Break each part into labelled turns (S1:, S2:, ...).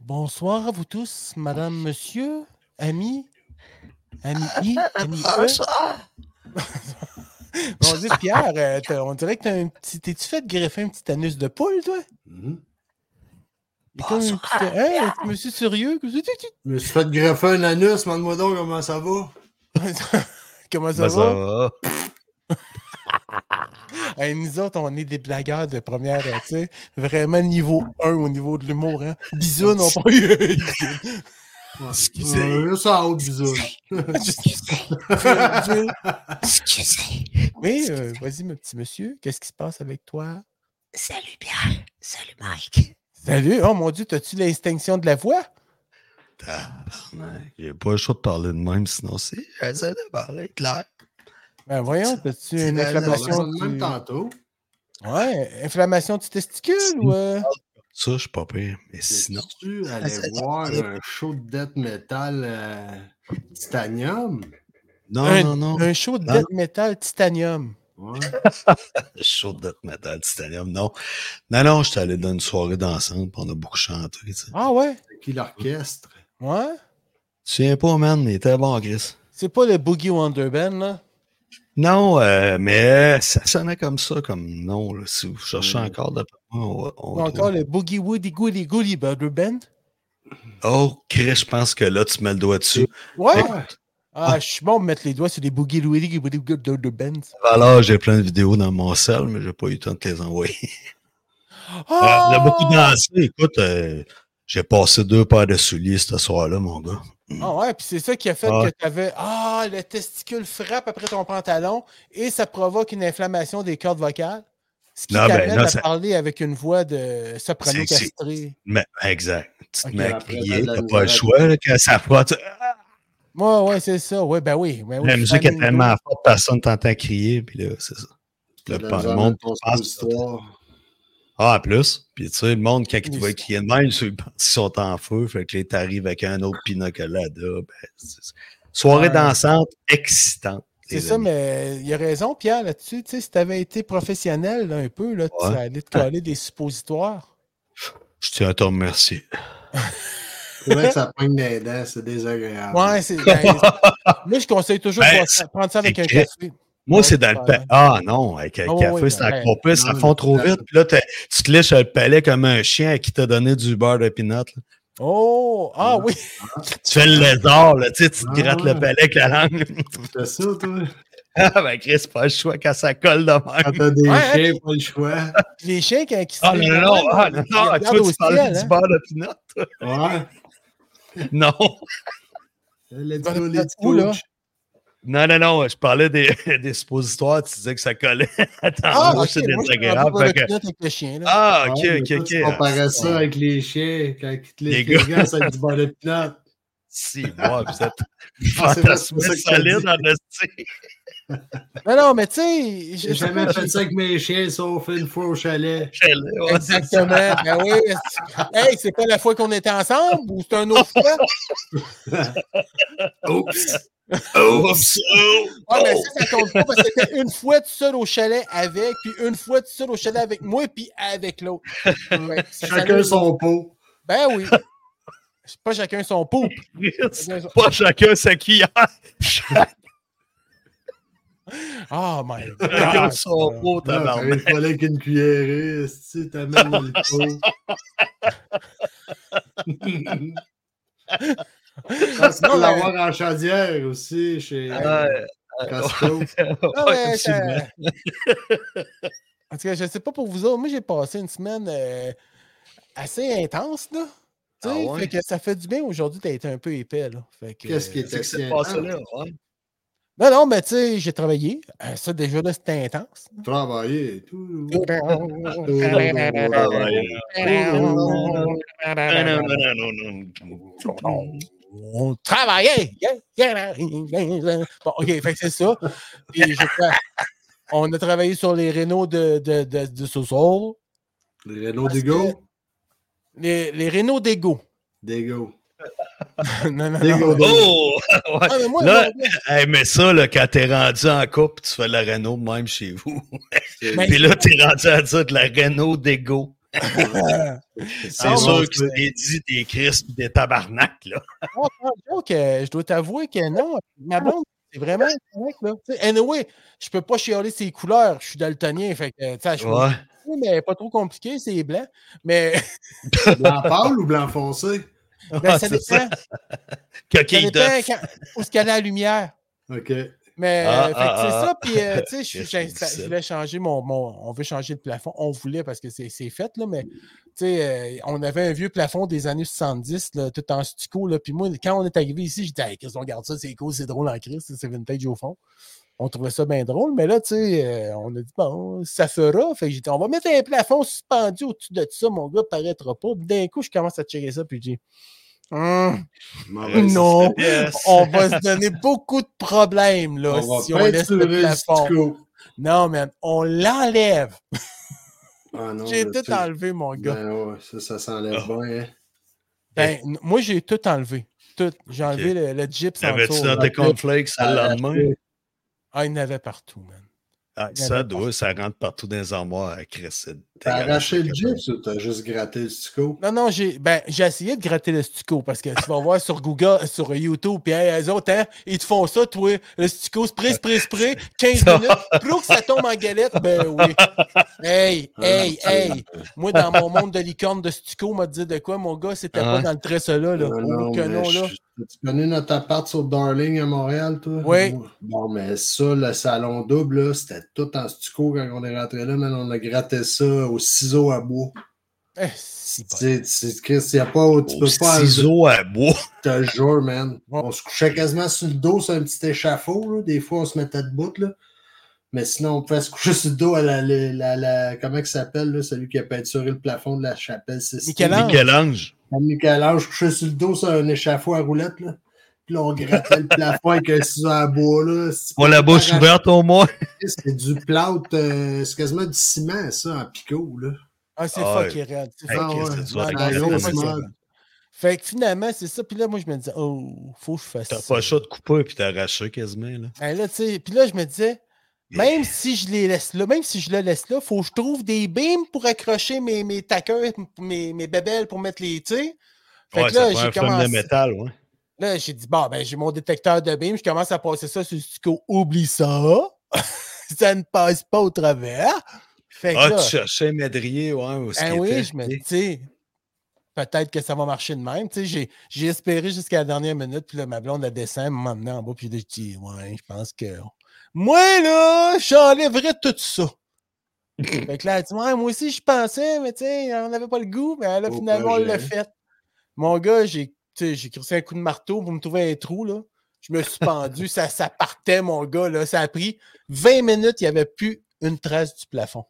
S1: Bonsoir à vous tous, madame, monsieur, ami, ami I, ami E.
S2: Bonsoir.
S1: Bon, dis, Pierre, euh, t'as- on dirait que t'as un petit. T'es-tu fait greffer un petit anus de poule, toi?
S2: Mhm.
S1: Il est comme un
S2: Bonsoir,
S1: petit- Hein, monsieur sérieux? Comme ça, tu- tu-
S2: Je me suis fait greffer un anus, demande-moi donc comment ça va.
S1: Comment ça
S3: Ben,
S1: va?
S3: va.
S1: Hey, nous autres, on est des blagueurs de première, euh, tu sais, vraiment niveau 1 au niveau de l'humour. Hein. Bisoun, on pas eu.
S2: Ouais.
S3: Excusez.
S2: Euh, juste en haut du zoom.
S4: Excusez.
S1: Mais euh, vas-y, mon petit monsieur, qu'est-ce qui se passe avec toi?
S4: Salut Pierre. Salut Mike.
S1: Salut, oh mon Dieu, t'as-tu l'extinction de la voix?
S3: Tabarnak, J'ai pas le choix de parler de même, sinon c'est. J'essaie de parler clair.
S1: Ben voyons, t'as-tu
S3: C'est
S1: une
S3: la- la- la-
S2: On va
S1: inflammation?
S2: le même
S1: du-
S2: tantôt.
S1: Ouais, inflammation du testicule ou. euh,
S3: Ça, je suis pas pire. Mais sinon.
S2: tu
S1: Ah,
S2: allais voir un show de death metal euh, titanium?
S3: Non, non, non.
S1: Un show de
S3: Non.
S1: death metal titanium.
S2: Ouais.
S3: Chaud de metal titanium, non. Non, non, je suis allé dans une soirée dansante, puis on a beaucoup chanté. Tu sais.
S1: Ah ouais?
S2: Puis l'orchestre.
S1: Ouais?
S3: Tu te souviens pas, man, il était bon, Chris.
S1: C'est pas le Boogie Wonder Band, là?
S3: Non, euh, mais ça sonnait comme ça, comme non. Là, si vous cherchez
S2: Mm.
S3: encore de on va- on
S1: Ou
S3: va
S1: encore
S3: trouver.
S1: le Boogie Woody Goody Goody Wonder Band?
S3: Oh, Chris, je pense que là, tu mets le doigt dessus.
S1: Ouais!
S2: Ouais.
S1: Ah, je suis bon pour mettre les doigts sur les Boogie Woody Goody Wonder Band.
S3: Alors, j'ai plein de vidéos dans mon sel, mais j'ai pas eu le temps de te les envoyer. Euh,
S1: Ah!
S3: On a beaucoup dansé. Écoute, euh, j'ai passé deux paires de souliers ce soir-là, mon gars.
S1: Ah ouais, puis c'est ça qui a fait
S3: Ah.
S1: que tu avais Ah, le testicule frappe après ton pantalon et ça provoque une inflammation des cordes vocales. Ce qui
S3: Non, ben,
S1: t'amène
S3: non,
S1: à
S3: ça-
S1: parler avec une voix de soprano
S3: C'est- c'est-
S1: castré.
S3: Mais, exact. Tu te
S2: Ok,
S3: mets à
S2: après,
S3: crier,
S2: t'as de la
S3: t'as pas le
S2: misère.
S3: choix, là, quand ça frotte. tu- Ah!
S1: Ouais, ouais, c'est ça. Ouais, ben oui. ben oui,
S3: La musique est
S1: flamingo.
S3: tellement forte, personne t'entend crier, puis là, c'est ça.
S2: T'as
S3: Le,
S2: de la
S3: pan- le
S2: misère
S3: monde
S2: dans ton
S3: pense.
S2: suppositoire.
S3: Ah, en plus. Puis tu sais, le monde, quand il te
S1: Oui,
S3: voit
S1: c'est-
S3: crier de même, ils pensent qu'ils sont en feu. Fait que là, t'arrives avec un autre pina colada. ben, c'est ça. Soirée
S1: Ouais.
S3: dansante, excitante.
S1: C'est
S3: les
S1: ça,
S3: amis.
S1: mais il a raison, Pierre, là-dessus. Tu sais, si t'avais été professionnel là, un peu, là, tu
S3: Ouais.
S1: serais allé te coller des suppositoires.
S3: Je tiens à te remercier.
S2: C'est vrai que ça pogne des dents, c'est désagréable.
S1: Ouais, c'est. ben, moi, je conseille toujours de
S3: Ah. Ben,
S1: boire ça- prendre ça avec un
S3: écrit.
S1: café.
S3: Moi,
S1: Ouais,
S3: c'est dans le
S1: ouais.
S3: palais. Ah non, avec un
S1: Ah,
S3: café,
S1: ouais,
S3: c'est
S1: ouais.
S3: encore pire, ça
S2: ben, Non,
S3: fond trop
S2: non.
S3: vite. Puis là, t'es- tu te lèches sur le palais comme un chien à qui t'a donné du beurre de pinot. Tu
S1: Oh, ah oui.
S3: fais le lézard, là, tu sais, tu te
S2: Ah,
S3: grattes
S2: ouais.
S3: le palais avec la langue.
S2: C'est ça, toi?
S3: ah ben Chris, pas le choix quand ça colle de
S2: Quand
S3: même.
S2: t'as des
S1: Ouais.
S2: chiens, pas le choix.
S1: Les chiens, quand ils se
S3: Ah
S1: lèvent
S3: non, non,
S1: de
S3: non,
S1: même,
S3: ah,
S1: ils
S3: non, non,
S1: regardent
S3: toi,
S1: au
S3: tu parles
S1: ciel,
S3: du
S1: hein.
S3: beurre de pinot.
S2: Ouais.
S3: Non,
S2: Let's
S1: Dans
S2: go,
S1: le
S2: let's
S1: tatou,
S2: go.
S1: là.
S3: non, non, non, je parlais des, des suppositoires, tu disais que ça collait. Attends,
S1: Ah,
S3: moi,
S1: ok,
S3: c'est
S1: moi, je suis
S3: désagréable.
S1: rendu
S3: fait
S1: dans le
S3: que-
S1: clignote avec le chien, là.
S3: Ah, ok,
S2: Ouais, mais
S3: ok,
S2: toi,
S3: ok.
S2: Tu comparais ça
S1: Ah.
S2: avec les chiens, quand ils te les
S3: Les gars.
S2: gars, ça du bon de pinot.
S3: Ah, Si, moi, vous êtes
S2: Ah, c'est vrai, c'est
S3: fantasmé
S2: pour ça que je te le
S3: solide
S2: dis.
S3: en esti. Ah.
S1: Non, non, mais tu sais, je-
S2: J'ai jamais fait ça avec mes chiens, sauf une fois au chalet.
S3: Chalet, ouais, c'est ça.
S1: Exactement. Ben oui. est-ce- Hey, c'est pas la fois qu'on était ensemble ou c'est un autre fois?
S2: Oups!
S3: Oups! oups.
S1: Ah, mais ça, ça compte pas parce que c'était une fois tout seul au chalet avec, puis une fois tout seul au chalet avec moi, puis avec l'autre. Ouais, ça, ça
S2: Chacun
S1: nous-
S2: son pot.
S1: Ben oui. C'est pas chacun son poupe.
S3: Chris, Pas chacun sa cuillère.
S1: Oh my
S3: Chacun
S1: god.
S3: son pot,
S2: Là,
S3: tabarnak.
S2: t'arrives pas là avec une cuillerée, si t'amènes le pot. Parce
S1: Non,
S2: qu'on
S1: mais-
S2: l'avoir en chaudière aussi chez
S3: Ouais,
S2: Costco.
S1: Ah,
S3: ouais,
S1: ouais, ça-
S3: absolument.
S1: En tout cas, je sais pas pour vous autres, moi j'ai passé une semaine euh, assez intense, là. Tu sais,
S3: Ah ouais?
S1: fait que ça fait du bien aujourd'hui d'être un peu épais, là. Fait que-
S2: Qu'est-ce qui était
S3: C'est que c'est
S2: si
S3: passé
S2: intense?
S3: là, ouais.
S1: Non, non, mais tu sais, j'ai travaillé. Euh, Ça, déjà, là, c'était intense.
S2: Travailler et tout.
S3: Ah, ouais. Ah, non,
S1: On
S3: non, non, non, non.
S1: travaillait! Bon, OK, fait que c'est ça. Puis, je crois- on a travaillé sur les rénaux de, de, de, de Sozol.
S2: Les Renault Dego?
S1: Les, les rénaux d'ego.
S2: Dego.
S1: non, non, non.
S2: Dego. Dego.
S3: Oh! ouais.
S1: Ah, mais moi,
S3: Là-
S1: moi,
S3: Hey, mais ça, là, quand t'es rendu en couple, tu fais de la Renault même chez vous.
S1: Ben,
S3: Puis là, t'es rendu à dire de la Renault d'ego. C'est
S1: Ah,
S3: sûr que c'est dit des crisps, des tabarnak, là.
S1: Non, non, joke, euh, je dois t'avouer que non. Ma blonde, c'est vraiment correct, là. Tu sais, anyway, je peux pas chialer ses couleurs. Je suis daltonien. Fait que, tu sais, je
S3: Ouais.
S1: peux, mais pas trop compliqué, c'est blanc. Mais
S2: Blanc pâle ou blanc foncé?
S1: ben, ça
S3: c'est ça.
S1: dépend. Ça
S3: Coquille
S1: dépend
S3: d'œuf.
S1: quand- où est-ce qu'elle a la lumière.
S2: OK.
S1: Mais
S3: Ah,
S1: euh, fait que
S3: ah,
S1: c'est
S3: ah.
S1: ça, puis euh, tu sais, je, suis-
S3: Qu'est-ce que
S1: j'insta-
S3: c'est?
S1: je voulais changer mon, mon- On veut changer le plafond. On voulait parce que c'est c'est fait, là, mais tu sais, euh, on avait un vieux plafond des années 70, là, tout en stucco, là. Puis moi, quand on est arrivé ici, j'ai dit, hey, qu'est-ce qu'on garde ça, c'est cool, c'est drôle en crise, c'est vintage au fond. On trouvait ça bien drôle, mais là, tu sais, euh, on a dit, bon, ça fera. Fait que j'ai dit, on va mettre un plafond suspendu au-dessus de ça, mon gars paraîtra pas. Puis D'un coup, je commence à checker ça, puis je dis, Hum,
S2: Mauvaise
S1: non,
S3: Yes.
S1: on va se donner beaucoup de problèmes, là,
S2: On
S1: si
S2: va
S1: on laisse le
S2: peinturer le
S1: plafond.
S2: stucco.
S1: Non, man, on l'enlève.
S2: Ah non,
S1: J'ai
S2: le
S1: tout
S2: stucco.
S1: enlevé, mon gars.
S2: Ben ouais, ça, ça s'enlève bien. hein.
S1: Ben, n- moi, j'ai tout enlevé. Tout. J'ai enlevé le, le gyps en
S3: T'avais-tu
S1: dessous,
S3: dans
S1: là.
S3: tes cornflakes le lendemain?
S1: Ah, il y en avait partout, man.
S3: Ah,
S1: Il y en
S3: ça
S1: avait
S3: doit, ça rentre partout dans les armoires hein, à Cressid.
S2: T'as arraché le gyps ou t'as juste gratté le stucco?
S1: Non, non, j'ai ben, j'ai essayé de gratter le stucco parce que tu vas voir sur Google, sur YouTube, puis hey, eux autres, hein, ils te font ça, toi. Le stucco, spray, spray, spray, 15 minutes, pour que ça tombe en galette. Ben oui. Hey, hey, hey. Moi, dans mon monde de licorne de stucco, m'a dit de quoi, mon gars, c'était pas
S3: Ouais.
S1: dans le tresse là. là.
S2: Non,
S1: Oh,
S2: non,
S1: que
S2: mais
S1: non,
S2: je-
S1: là.
S2: Tu connais notre appart sur Darling à Montréal, toi?
S1: Oui.
S2: Bon, mais ça, le salon double, là, c'était tout en stucco quand on est rentré là, mais on a gratté ça au ciseau à bois.
S1: Eh, si bon.
S2: C'est c'est- Chris, y a pas, tu
S3: Tu
S2: peux pas
S3: ciseaux à bois.
S2: te jure, man. On se couchait quasiment sur le dos sur un petit échafaud. là. Des fois, on se mettait debout. Là. Mais sinon, on pouvait se coucher sur le dos à la. la- la- la- comment il s'appelle, là, celui qui a peinturé le plafond de la chapelle Sistine?
S1: Michel-Ange.
S3: Michel-Ange.
S2: Michel-Ange, couché sur le dos sur un échafaud à roulette. Là. Puis là, on grattait le plafond avec un ciseau à bois. Là. C'est
S3: Pas la bouche ouverte au moins.
S2: C'est du plâtre, euh, c'est quasiment du ciment, ça, en picot. Là.
S1: Ah, c'est
S3: Ah,
S1: fucké, raide. C'est
S3: Hey,
S1: fucké.
S2: Ah,
S3: Chris,
S2: ouais.
S3: tu dois
S2: Ouais,
S3: regarder
S2: la
S3: la
S2: grosse
S3: maison.
S2: mode.
S1: Fait que finalement, c'est ça. Puis là, moi, je me disais, oh, faut que je fasse
S3: T'as
S1: ça.
S3: pas le choix de couper puis t'arracher quasiment. Là.
S1: Ben là, tu sais, puis là, je me disais, même si je les laisse là, même si je le laisse là, faut que je trouve des beams pour accrocher mes, mes taqueurs, mes, mes bébelles pour mettre les, tu sais. Fait
S3: Ouais,
S1: que
S3: ça
S1: là, j'ai
S3: prend un film de
S1: commencé.
S3: métal, ouais.
S1: Là, j'ai dit, bon, ben, j'ai mon détecteur de beam, je commence à passer ça sur le stucco. Oublie ça. ça ne passe pas au travers. Fait que
S3: Ah,
S1: là,
S3: tu cherchais Médrier, ouais. Où ce
S1: Ah
S3: qu'il
S1: oui,
S3: était,
S1: je me
S3: ok.
S1: dis, tu sais, peut-être que ça va marcher de même. Tu sais, j'ai- j'ai espéré jusqu'à la dernière minute, puis là, ma blonde, elle descend, elle m'emmenait en bas, puis là, je dis, ouais, je pense que. Moi, là, j'enlèverais tout ça. fait que là, elle dit, ouais, moi aussi, je pensais, mais tu sais, on n'avait pas le goût, mais là,
S2: Au
S1: finalement, on l'a
S2: projet.
S1: fait. Mon gars, j'ai tu sais, j'ai crissé un coup de marteau pour me trouver un trou, là. Je me suis pendu, ça, ça partait, mon gars, là. Ça a pris 20 minutes, il n'y avait plus une trace du plafond.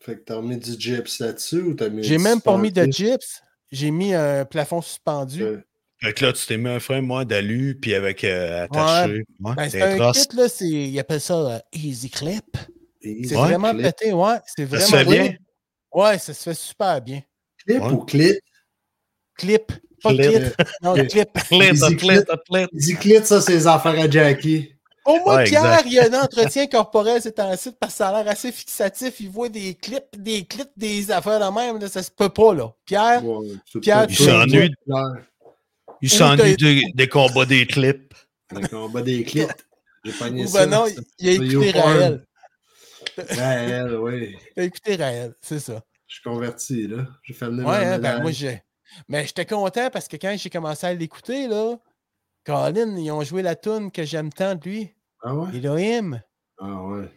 S2: Fait que t'as remis du gyps là-dessus ou t'as mis.
S1: J'ai
S2: du
S1: même pas mis de
S2: ciment?
S1: gyps. J'ai mis un plafond suspendu.
S2: Euh,
S3: Fait que là, tu t'es mis un frein, moi, d'alu, puis avec euh, attaché. Ouais,
S1: Ben,
S3: des
S1: c'est un
S3: trosses.
S1: kit, là, c'est- ils appellent ça euh, Easy Clip.
S2: et-
S1: C'est
S3: Ouais.
S1: vraiment
S2: clip.
S1: pété, ouais. C'est
S3: Ça
S1: vraiment
S3: se fait
S1: drôle.
S3: bien.
S1: Ouais, ça se fait super bien.
S2: Clip
S3: Ouais.
S2: ou clip?
S1: Clip. Pas clit.
S3: Clip.
S1: Non,
S2: Clip.
S1: clip.
S3: Clit, clit,
S2: Easy
S3: clit.
S2: Dis clip, ça, c'est les affaires à Jackie.
S1: Au moins,
S3: Ouais,
S1: Pierre,
S3: exact.
S1: il y a un entretien corporel, c'est un site parce que ça a l'air assez fixatif. Il voit des clips, des clips, des affaires de même. là, ça se peut pas, là. Pierre,
S2: Ouais, c'est
S1: Pierre,
S2: pas-
S1: Il
S3: s'ennuie.
S2: Ouais,
S3: Il
S1: Ou
S3: s'ennuie
S1: t'as-
S3: des, des combats des clips.
S2: Le combat des clips. J'ai pogné
S1: ou
S2: ça.
S1: ben non, il a
S2: c'est YouPorn.
S1: écouté Raël.
S2: Raël, oui.
S1: Il a écouté Raël, c'est ça.
S2: Je suis converti, là. J'ai fait venir
S1: Ouais,
S2: ma
S1: hein, ben
S2: médaille.
S1: moi j'ai. Mais j'étais content parce que quand j'ai commencé à l'écouter, là, Colin, ils ont joué la tune que j'aime tant de lui.
S2: Ah ouais?
S1: Elohim.
S2: Ah ouais.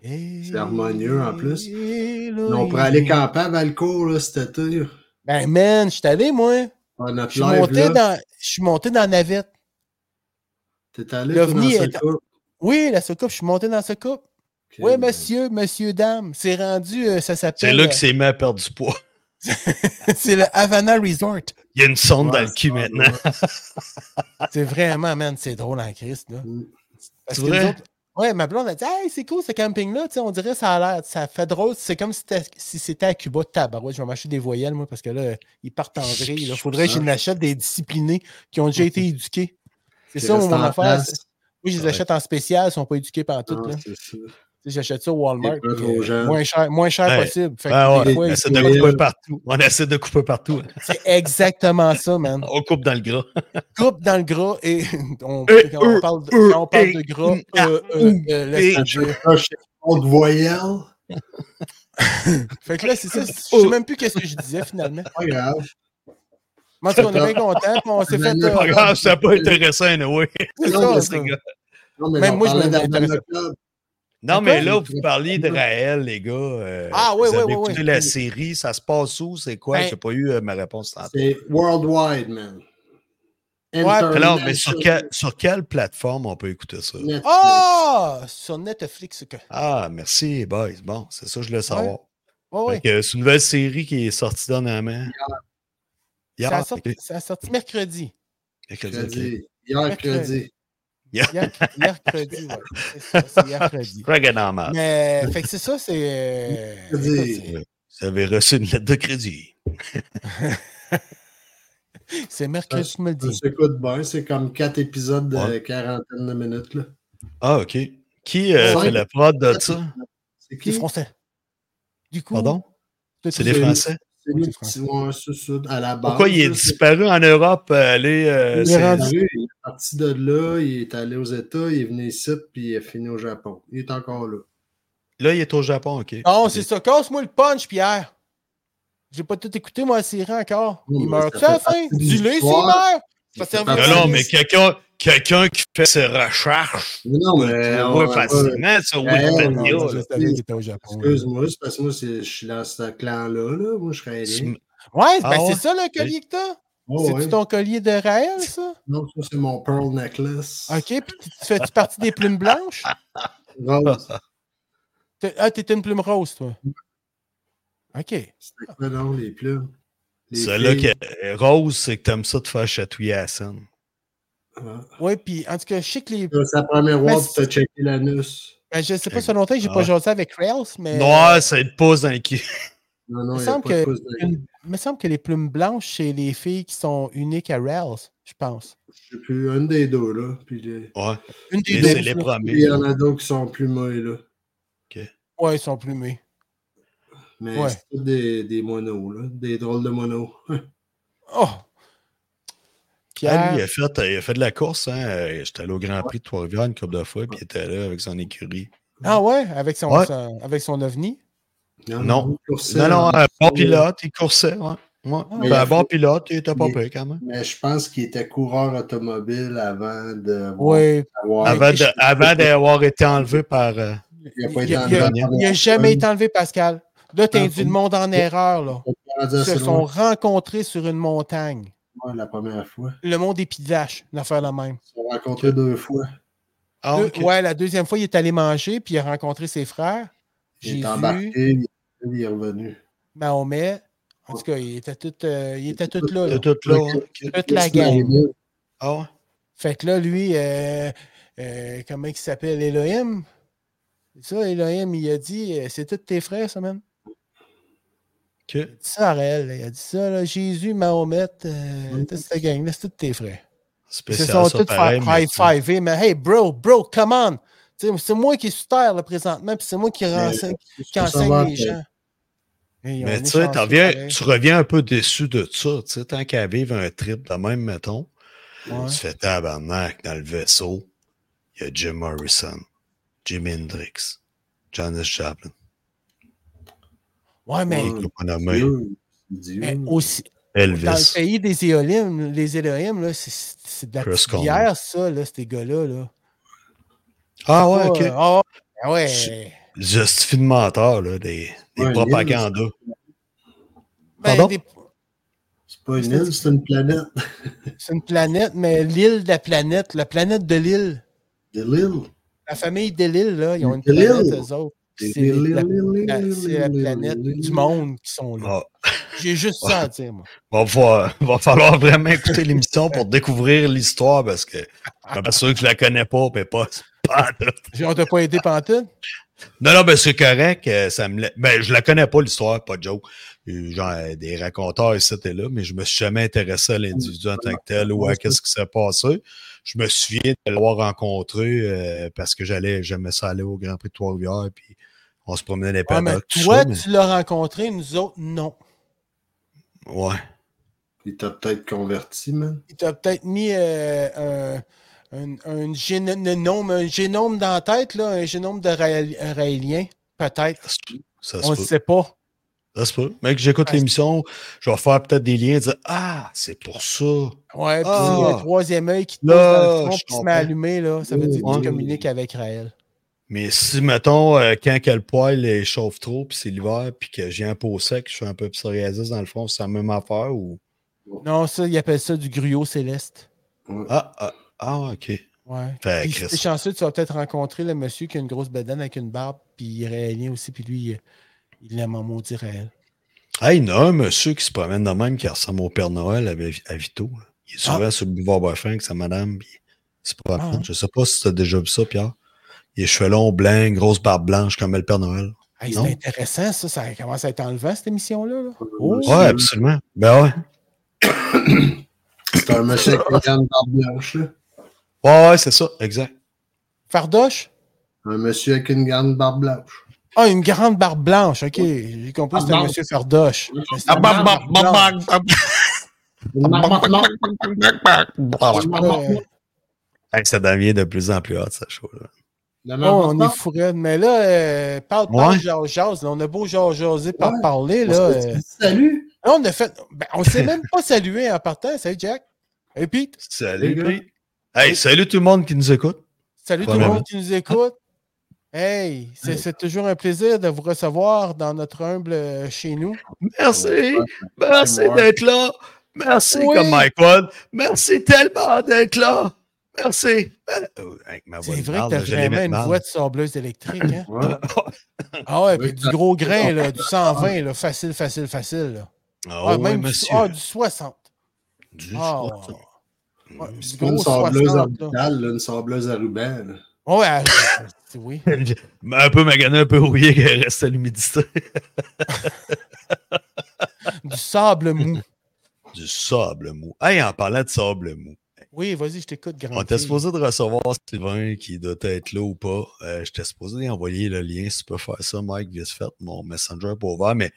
S1: C'est
S2: harmonieux, en plus. Là, on pourrait aller camper à Valcourt, là, cet été.
S1: Ben man, je suis allé, moi.
S2: Ah,
S1: Je
S2: notre
S1: suis
S2: live,
S1: monté
S2: là.
S1: dans. Je suis monté dans la navette.
S2: T'es allé, toi, dans
S1: L'OVNI
S2: ce
S1: est-
S2: cas?
S1: Oui, la soucoupe, je suis monté dans ce couple.
S2: Ok. ben.
S1: Oui, monsieur, monsieur, dame. C'est rendu, euh, ça
S3: C'est
S1: s'appelle.
S3: là que c'est mis à perdre du poids.
S1: euh, C'est le Havana Resort.
S3: Il y a une sonde
S2: Ouais,
S3: dans le cul
S2: ça,
S3: maintenant.
S2: ouais.
S1: C'est vraiment, man, c'est drôle en Christ, là.
S2: Mm.
S1: Parce
S3: C'est
S1: que nous
S3: vrai?
S1: autres- ouais, ma blonde a dit Hey, c'est cool ce camping-là, tu sais, on dirait ça a l'air, ça fait drôle, c'est comme si c'était si c'était à Cuba de tabarouette. Je vais m'acheter des voyelles, moi, parce que là, ils partent en vrille. Il faudrait que je n'achète des disciplinés qui ont déjà été éduqués. C'est
S2: Qui
S1: ça,
S2: reste
S1: mon
S2: en
S1: affaire.
S2: place.
S1: c'est- Moi, je les
S3: Ouais.
S1: achète en spécial, ils ne sont pas éduqués par tout.
S2: Ah,
S1: là.
S2: c'est ça.
S1: J'achète ça au Walmart.
S2: C'est pas
S1: puis,
S2: trop
S1: euh,
S2: cher.
S1: moins cher, moins cher
S3: Ouais.
S1: possible. Fait que
S3: Ah
S1: des
S3: ouais,
S1: fois,
S3: on
S1: il
S3: essaie
S1: faut-
S3: de couper partout. On essaie de couper partout.
S1: c'est exactement ça, man.
S3: On coupe dans le gras.
S1: Coupe dans le gras et on,
S3: Et,
S1: quand, on
S3: euh,
S1: parle de,
S3: euh,
S1: quand on parle
S3: et,
S1: de gras,
S3: ah,
S1: euh, euh,
S3: ouh,
S1: euh, laisse
S3: et-
S1: tomber.
S2: Autre voyelle.
S3: e,
S1: Fait que là, c'est ça. Je sais même plus qu'est-ce que je disais finalement.
S2: Pas grave.
S1: Mais en tout cas, on est bien contents. puis On s'est fait.
S2: C'est
S1: euh,
S3: Pas grave, ça n'a pas intéressant, anyway.
S1: Ah, c'est
S2: Non,
S1: ça,
S2: mais
S1: ça.
S3: les gars.
S2: Non, mais
S1: Même
S2: on
S1: moi, je
S2: parlait
S1: m'intéresse
S2: d'Arnaud
S1: à ça.
S2: Club.
S3: Non, mais là,
S2: D'accord.
S3: vous parliez de Raël, les gars. Euh,
S1: Ah, oui,
S3: vous
S1: oui,
S3: avez
S1: oui,
S3: écouté
S1: oui.
S3: la série, ça se passe où, c'est quoi?
S1: Ben-
S3: J'ai pas eu euh, ma réponse tantôt.
S2: C'est worldwide, man.
S3: Alors, mais sur,
S2: International
S3: quel- sur quelle plateforme on peut écouter ça?
S2: Netflix.
S1: Ah! Sur Netflix. Que...
S3: Ah, merci, boys. Bon, c'est ça, je le savoir.
S1: Ouais, ouais.
S3: Fait que C'est une nouvelle série qui est sortie dernièrement. Hier.
S1: Ça a sorti,
S3: ok.
S1: ça a sorti mercredi.
S3: Mercredi, ok.
S2: Mercredi. Hier, mercredi.
S1: Hier- Mercredi, ouais. C'est ça, c'est mercredi.
S3: Dragon en masse.
S1: Mais, fait que c'est ça, c'est. euh,
S2: Mercredi.
S1: écoute,
S3: Vous avez reçu une lettre de crédit.
S1: c'est- C'est mercredi, tu me le
S2: Ça
S1: dis.
S2: s'écoute bien. C'est comme quatre épisodes de
S3: Ouais.
S2: quarantaine de minutes. Là.
S3: Ah, OK. Qui euh,
S2: Ouais.
S3: fait la prod de ça?
S2: C'est qui?
S1: C'est français. Du coup.
S3: Pardon?
S1: tout-
S3: C'est les
S2: c'est-
S3: Français?
S2: C'est
S1: Oui,
S2: nous
S1: c'est
S2: qui sommes sud à la base.
S3: Pourquoi il est
S2: là, c'est-
S3: disparu en Europe? euh, allez, euh,
S1: Il est
S3: c'est-
S1: rendu-
S2: Il est parti de là, il est allé aux États, il est venu ici, puis il a fini au Japon. Il est encore là.
S3: Là, il est au Japon, OK.
S2: Ah,
S1: Non, c'est ça. Casse-moi le punch, Pierre. J'ai pas tout écouté, moi, la série encore.
S2: Oui,
S1: Il
S2: mais
S1: meurt-tu
S2: ça
S1: à la
S2: fait
S1: fin?
S2: partie de
S1: Dis-le s'il
S2: l'histoire.
S1: meurt! Ça
S2: fait
S1: servira
S2: partie
S3: Non,
S1: à
S2: de
S3: non,
S1: rien.
S3: mais quelqu'un quelqu'un qui fait ses recherches,
S2: Mais Non,
S3: tu
S2: mais.
S3: le
S2: on
S3: vois
S2: va pas-
S3: facilement sur
S2: Ouais,
S1: Non,
S2: mais
S3: Wikipédia.
S1: non,
S2: là.
S1: Je
S3: là.
S1: savais qu'il était au Japon.
S2: Excuse-moi, c'est parce que moi, c'est- je suis dans ce clan-là. Là. Moi, je serais allé.
S3: Tu-
S1: Ouais, ben
S3: Ah ouais?
S1: c'est ça le collier que t'as.
S2: Oh,
S1: C'est-tu
S2: ouais.
S1: ton collier de Raël, ça?
S2: Non, ça, c'est mon Pearl Necklace.
S1: OK, puis tu tu fais-tu partie des plumes blanches?
S2: Rose.
S1: T'es- Ah, t'es une plume rose, toi. OK.
S2: C'était quoi, non, les plumes? Les
S3: Celle-là,
S2: filles.
S3: que- euh, Rose, c'est que t'aimes ça te faire chatouiller à la scène.
S2: Ah.
S1: Ouais, puis en tout cas, je sais que les.
S2: Ça, C'est la première
S1: Mais
S2: fois que tu
S1: c'est-
S2: as checké l'anus.
S1: ben, je sais pas, ça fait longtemps que j'ai
S3: Ah.
S1: pas jasé avec Rails, mais. euh,
S3: Noir, ça te pousse dans le cul.
S2: Non, non,
S1: Il
S2: il n'y a
S1: semble
S2: pas de
S1: que-
S2: pouce dans
S1: Il me semble que les plumes blanches, c'est les filles qui sont uniques à Rails, je pense.
S2: Je sais plus, une des deux, là. Puis les-
S1: Une
S3: Ouais, mais
S1: des
S3: c'est
S1: deux.
S3: les
S1: là.
S2: puis
S3: premiers.
S2: il y en a d'autres qui sont plus moilles, là.
S1: Ouais, ils sont plumés.
S2: Mais
S1: Ouais.
S2: c'est tous des, des monos, là. Des drôles de monos.
S1: Oh!
S3: Ah,
S1: Pierre,
S3: lui, il, a fait, il a fait de la course. Hein. euh, J'étais allé au Grand Prix de Trois-Rivières une couple de fois, puis il était là avec son écurie.
S1: Ah ouais, avec son,
S3: Ouais.
S1: son- avec son ovni.
S3: Non.
S2: Courcelles,
S3: Non, non,
S2: hein.
S3: un bon pilote, il coursait. Ouais. Ouais.
S1: mais
S3: Ben,
S2: il
S3: un
S2: a
S3: bon
S2: fait-
S3: pilote, il était pas
S2: il-
S3: prêt quand même.
S2: Mais je pense qu'il était coureur automobile avant de
S1: Ouais.
S2: avoir.
S3: Avant
S1: il-
S3: de- avant d'avoir été enlevé par. euh,
S2: Il n'a pas
S1: il-
S2: été
S1: il-
S2: enlevé.
S1: Il n'a jamais été enlevé, Pascal. Là, t'as induit le monde en erreur, là. Ils se
S2: se
S1: sont rencontrés sur une montagne.
S2: la première fois.
S1: Le monde est pidache, l'affaire la même.
S2: Ils se sont rencontrés deux fois.
S3: Ah,
S1: Deux-
S3: ok.
S1: Euh, Ouais, la deuxième fois, il est allé manger, puis il a rencontré ses frères.
S2: Il
S1: J'ai
S2: est
S1: vu
S2: embarqué, il est revenu, il est revenu.
S1: Mahomet. En tout cas, il était tout, euh, il était tout là. là.
S3: De tout là. hein. Ok.
S1: Toute la
S2: Qu'est-ce qu'il
S1: gang.
S2: arrivait?
S3: Ah ouais.
S1: Fait que là, lui, euh, euh, comment il s'appelle? Elohim. Ça, Elohim, il a dit, euh, c'est tous tes frères, ça, même.
S3: ok.
S1: dit ça à Raël. là. Il a dit ça, là, Jésus, Mahomet, euh, toute cette gang-là, c'est tous tes frères. Ils se
S3: Spécial,
S1: sont
S3: ça,
S1: tous
S3: pareil, mais tu-
S1: high-fivés, eh, mais hey, bro, bro, come on! Tu sais, C'est moi qui suis sur terre là, présentement, puis c'est moi qui, renseigne, qui
S2: faut
S1: enseigne
S2: savoir
S1: les
S2: que-
S1: gens. Eh, Hey, on
S3: Mais
S1: est
S3: tu sais,
S1: chanceux,
S3: t'en reviens-
S1: pareil.
S3: tu reviens un peu déçu de ça. tu sais, Tant qu'à vivre un trip de même, mettons,
S1: Ouais.
S3: tu fais tabarnak dans le vaisseau. Il y a Jim Morrison, Jim Hendrix, Janis Joplin.
S1: Ouais, mais,
S2: Ouais.
S3: Il pas nommé.
S2: Dieu, Dieu.
S1: mais aussi, dans le
S3: Elvis.
S1: pays des Éolimes, les Élohim, là, c'est- c'est c'est de la
S3: Chris
S1: petite
S3: Cornell.
S1: bière, ça, là, ces gars-là. Là.
S3: Ah ouais, ok.
S1: Ouais, ah, ah ouais.
S3: C'est- Justifie de menteur, là, des, des
S2: Ouais,
S3: propagandas.
S1: Ben,
S3: Pardon?
S1: des-
S2: C'est pas une île, c'est une planète.
S1: C'est une planète, mais l'île de la planète, la planète de l'île.
S2: Des îles.
S1: La famille Delille, là, ils ont une
S2: Delille.
S1: planète, eux autres.
S2: Des
S1: C'est la,
S2: îles,
S1: la-
S2: îles,
S1: c'est la
S2: îles,
S1: planète
S2: îles,
S1: du
S2: îles.
S1: monde qui sont là.
S3: Ah,
S1: J'ai juste ça à dire, moi.
S3: va, falloir- va falloir vraiment écouter l'émission pour découvrir l'histoire parce que je suis pas sûr que je la connais pas, mais pas. pas en tout.
S1: J'ai- On t'a pas aidé pantoute?
S3: Non, non, ben c'est correct. euh, Ça me... la- ben, je la connais pas, l'histoire, pas de joke. Euh, Genre, euh, des raconteurs, c'était là, mais je me suis jamais intéressé à l'individu en tant que tel ou à quest ce qui s'est passé. je me souviens de l'avoir rencontré euh, parce que j'allais, j'aimais ça aller au Grand Prix de Trois-Rivières, puis on se promenait les
S1: Ouais, mais
S3: paddocks. tout
S1: toi,
S3: ça, mais-
S1: tu l'as rencontré, nous autres, non.
S3: Ouais.
S2: Il t'a peut-être converti, man.
S1: Il t'a peut-être mis euh, un, un, un génome, un génome dans la tête, là, un génome de Raël- raélien, peut-être.
S3: Ça se peut. Ça se
S1: On ne
S3: peut.
S1: sait pas.
S3: Ça se peut. Mec, j'écoute
S1: Ah, c'est-
S3: l'émission, je vais faire peut-être des liens, dire Ah, c'est pour ça.
S1: Ouais, puis
S3: Ah.
S1: il y a un troisième œil qui te pousse
S3: Là,
S1: dans le front
S3: je
S1: puis qui se met
S3: comprends.
S1: à allumer, là. Ça veut
S2: Oh,
S1: dire que
S3: ouais.
S1: tu communiques avec Raël.
S3: Mais si, mettons, euh, quand que le poil il chauffe trop, puis c'est l'hiver, puis que j'ai un pot sec, je suis un peu psoriasis dans le fond, c'est la même affaire ou.
S1: Non, ça, ils appellent ça du gruau céleste.
S3: Ah, ah, ah, ok.
S1: Ouais.
S3: Fait,
S1: Puis
S3: Chris.
S1: si t'es chanceux, tu vas peut-être rencontrer le monsieur qui a une grosse bedaine avec une barbe, puis il est raélien aussi, puis lui, il- il aime en maudit Raël.
S3: Ah, il y en a un monsieur qui se promène de même qui ressemble au Père Noël à, à Vito. là. Il est souvent sur le boulevard Baffin avec sa madame. Puis il se promène.
S1: Ah, hein.
S3: Je sais pas si tu as déjà vu ça, Pierre. Il a cheveux longs, blancs, grosse barbe blanche comme le Père Noël.
S1: Hey,
S3: Non.
S1: c'est intéressant, ça. Ça commence à être enlevant, cette émission-là. là. Oh.
S3: Ouais, absolument. Ben ouais.
S2: C'est un monsieur avec une grande barbe blanche, là.
S3: Ouais, ouais, c'est ça, exact.
S1: Fardoche?
S2: Un monsieur avec une grande barbe blanche.
S1: Ah, une grande barbe blanche. OK. J'ai compris que c'était
S2: Ah,
S1: monsieur Fardoche. Mais c'est une grande Ah, barbe blanche. Ouais.
S3: Ah, Hey, ça devient de plus en plus hot, ça chaud. là.
S1: Oh, on est fourré. Mais là, euh, parle, parle,
S3: Ouais.
S1: jase, jase, là. On a beau jase, jaser par
S2: Ouais.
S1: parler, là. euh,
S2: Salut!
S1: là, on a fait... ben, on s'est même pas salué en partant. Salut, Jack. Et puis,
S3: Salut,
S2: Les gars.
S3: Pete. Hey, salut tout le monde qui nous écoute.
S1: Salut tout le
S3: Premièrement.
S1: monde qui nous écoute. Hey, c'est c'est toujours un plaisir de vous recevoir dans notre humble euh, chez nous.
S3: Merci. Merci
S2: Ouais.
S3: d'être là. Merci,
S1: Oui.
S3: comme Mike Wood. Merci tellement d'être là. Merci. Euh, avec ma voix
S1: C'est
S3: de
S1: vrai que
S3: marde,
S1: t'as
S3: je l'ai
S1: vraiment une
S3: maintenant.
S1: voix de sableuse électrique, hein?
S2: Ouais.
S1: Ah ouais,
S2: Oui,
S1: puis du
S2: ça-
S1: gros grain, là, du 120, là, facile, facile, facile. là.
S3: Ah
S1: Ah,
S3: oui,
S1: même du,
S3: monsieur.
S1: ah, du 60.
S3: Du
S1: Ah,
S3: soir, ça.
S1: ouais,
S3: Mm.
S1: du
S2: C'est pas
S1: gros
S2: une sableuse
S1: 60. là.
S2: orbitale, là, une sableuse à ruban. là.
S1: Ouais, ah, c'est- oui.
S3: Mais Un peu magané, un peu rouillé, qu'il reste à l'humidité.
S1: Du sable mou.
S3: Du sable mou. Hey, en parlant de sable mou,
S1: Oui, vas-y, je t'écoute, grand.
S3: on était supposé de recevoir Sylvain qui doit être là ou pas. Euh, J'étais supposé lui envoyer le lien si tu peux faire ça, Mike, vite fait. Mon messenger est pas ouvert, mais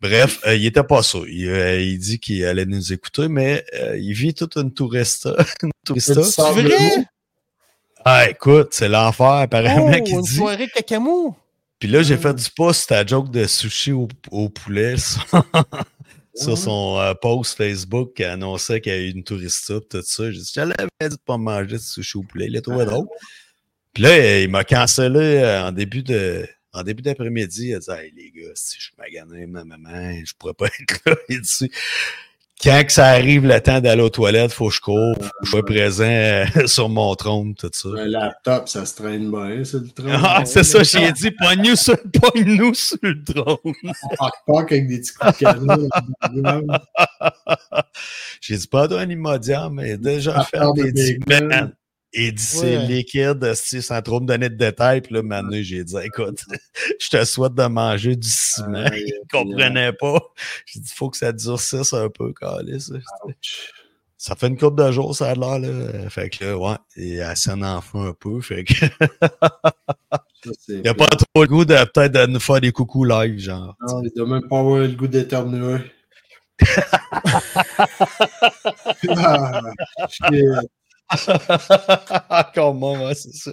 S3: bref, euh, il était pas sûr. Il, euh, il dit qu'il allait nous écouter, mais euh, il vit toute une tourista. Une
S2: C'est
S3: tourista.
S2: du
S1: C'est
S2: sable
S1: vrai?
S3: Ah, écoute, c'est l'enfer,
S1: Oh,
S3: apparemment, qui
S1: une
S3: dit.
S1: soirée cacamou.
S3: Puis là, j'ai fait du post à joke de sushi au, au poulet sur, sur son euh, post Facebook qui annonçait qu'il y a eu une tourista pis tout ça. J'ai dit, j'allais dit de pas manger de sushi au poulet. Il est trouvé drôle. Puis là, euh, il m'a cancellé euh, en début de. En début d'après-midi, il a dit Hey les gars, si je suis magané, ma maman, je pourrais pas être là. Il dit Quand que ça arrive le temps d'aller aux toilettes, faut que je cours, faut que je sois présent euh, sur mon trône, tout ça.
S2: Un laptop, ça se traîne bien, c'est le train.
S3: Ah, c'est ça, j'ai dit, pogne-nous sur, pogne-nous sur le drone.
S2: On parle pas avec des petits coups de canon.
S3: J'ai dit, pas d'un immédiat, mais déjà
S2: Ah,
S3: fait
S2: pardon,
S3: des petits
S2: mais-
S3: bandes. Et dit, c'est
S1: Ouais.
S3: liquide, si, sans trop me donner de détails. Puis là, Manu, j'ai dit, écoute, je te souhaite de manger du ciment.
S2: Aïe,
S3: Il comprenait pas. J'ai dit, faut que ça durcisse un peu, calice.
S2: ouch.
S3: Ça fait une couple de jours, ça a l'air, là. Fait que là, ouais, et elle s'en en fout un peu. Fait que,
S2: Ça, c'est-
S3: il a pas trop le goût de peut-être de nous faire des coucous live, genre.
S2: Non, Ah, il doit même pas avoir le goût d'éternuer. ah, shit.
S3: Encore moi, ouais, c'est ça.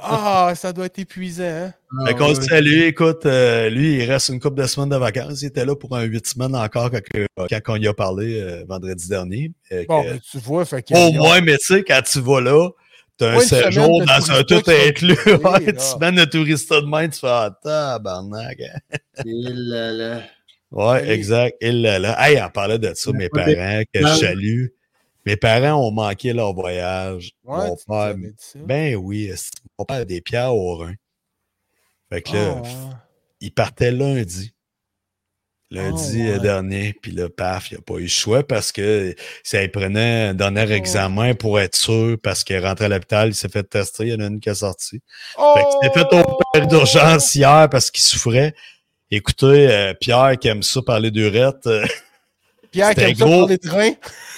S1: Ah, ça doit être épuisant, hein?
S2: Ah,
S3: Fait qu'on
S2: ouais.
S3: le salue, écoute, euh, lui, il reste une couple de semaines de vacances. Il était là pour un huit semaines encore quand, que- quand on y a parlé euh, vendredi dernier. Euh,
S1: Bon,
S3: que-
S1: ben, tu vois, fait que.
S3: au moins, mais tu sais, quand tu vas là, t'as un
S1: Ouais, une semaine
S3: séjour
S1: de
S3: dans un
S1: tourista
S3: tout
S1: qui sont
S3: inclus.
S1: compris,
S3: Ouais, une
S1: là.
S3: semaine de tourista de main, tu fais Ah, tabarnak. hein.
S2: Et là, là.
S3: Ouais,
S1: Salut.
S3: exact. Il là, là. Hey, on parlait de ça, mes
S2: Ouais,
S3: parents, que je
S2: ouais.
S3: salue. Mes parents ont manqué leur voyage.
S1: Ouais,
S3: Mon
S1: tu nous
S3: père,
S1: avais dit ça.
S3: ben oui, esti, mon père a des pierres au rein. Fait que là,
S1: Ah, ouais.
S3: il partait lundi. Lundi
S1: Ah, ouais.
S3: euh, dernier, puis là, paf, il n'a pas eu le choix parce que ça il prenait un dernier examen pour être sûr parce qu'il est rentré à l'hôpital, il s'est fait tester, il y en a une qui est sortie. Fait
S1: Oh!
S3: qu'il s'est fait opérer d'urgence hier parce qu'il souffrait. Écoutez, euh, Pierre qui aime ça parler d'urette, euh,
S1: Pierre qui
S3: C'était
S1: aime ça
S3: gros.
S1: pour les trains.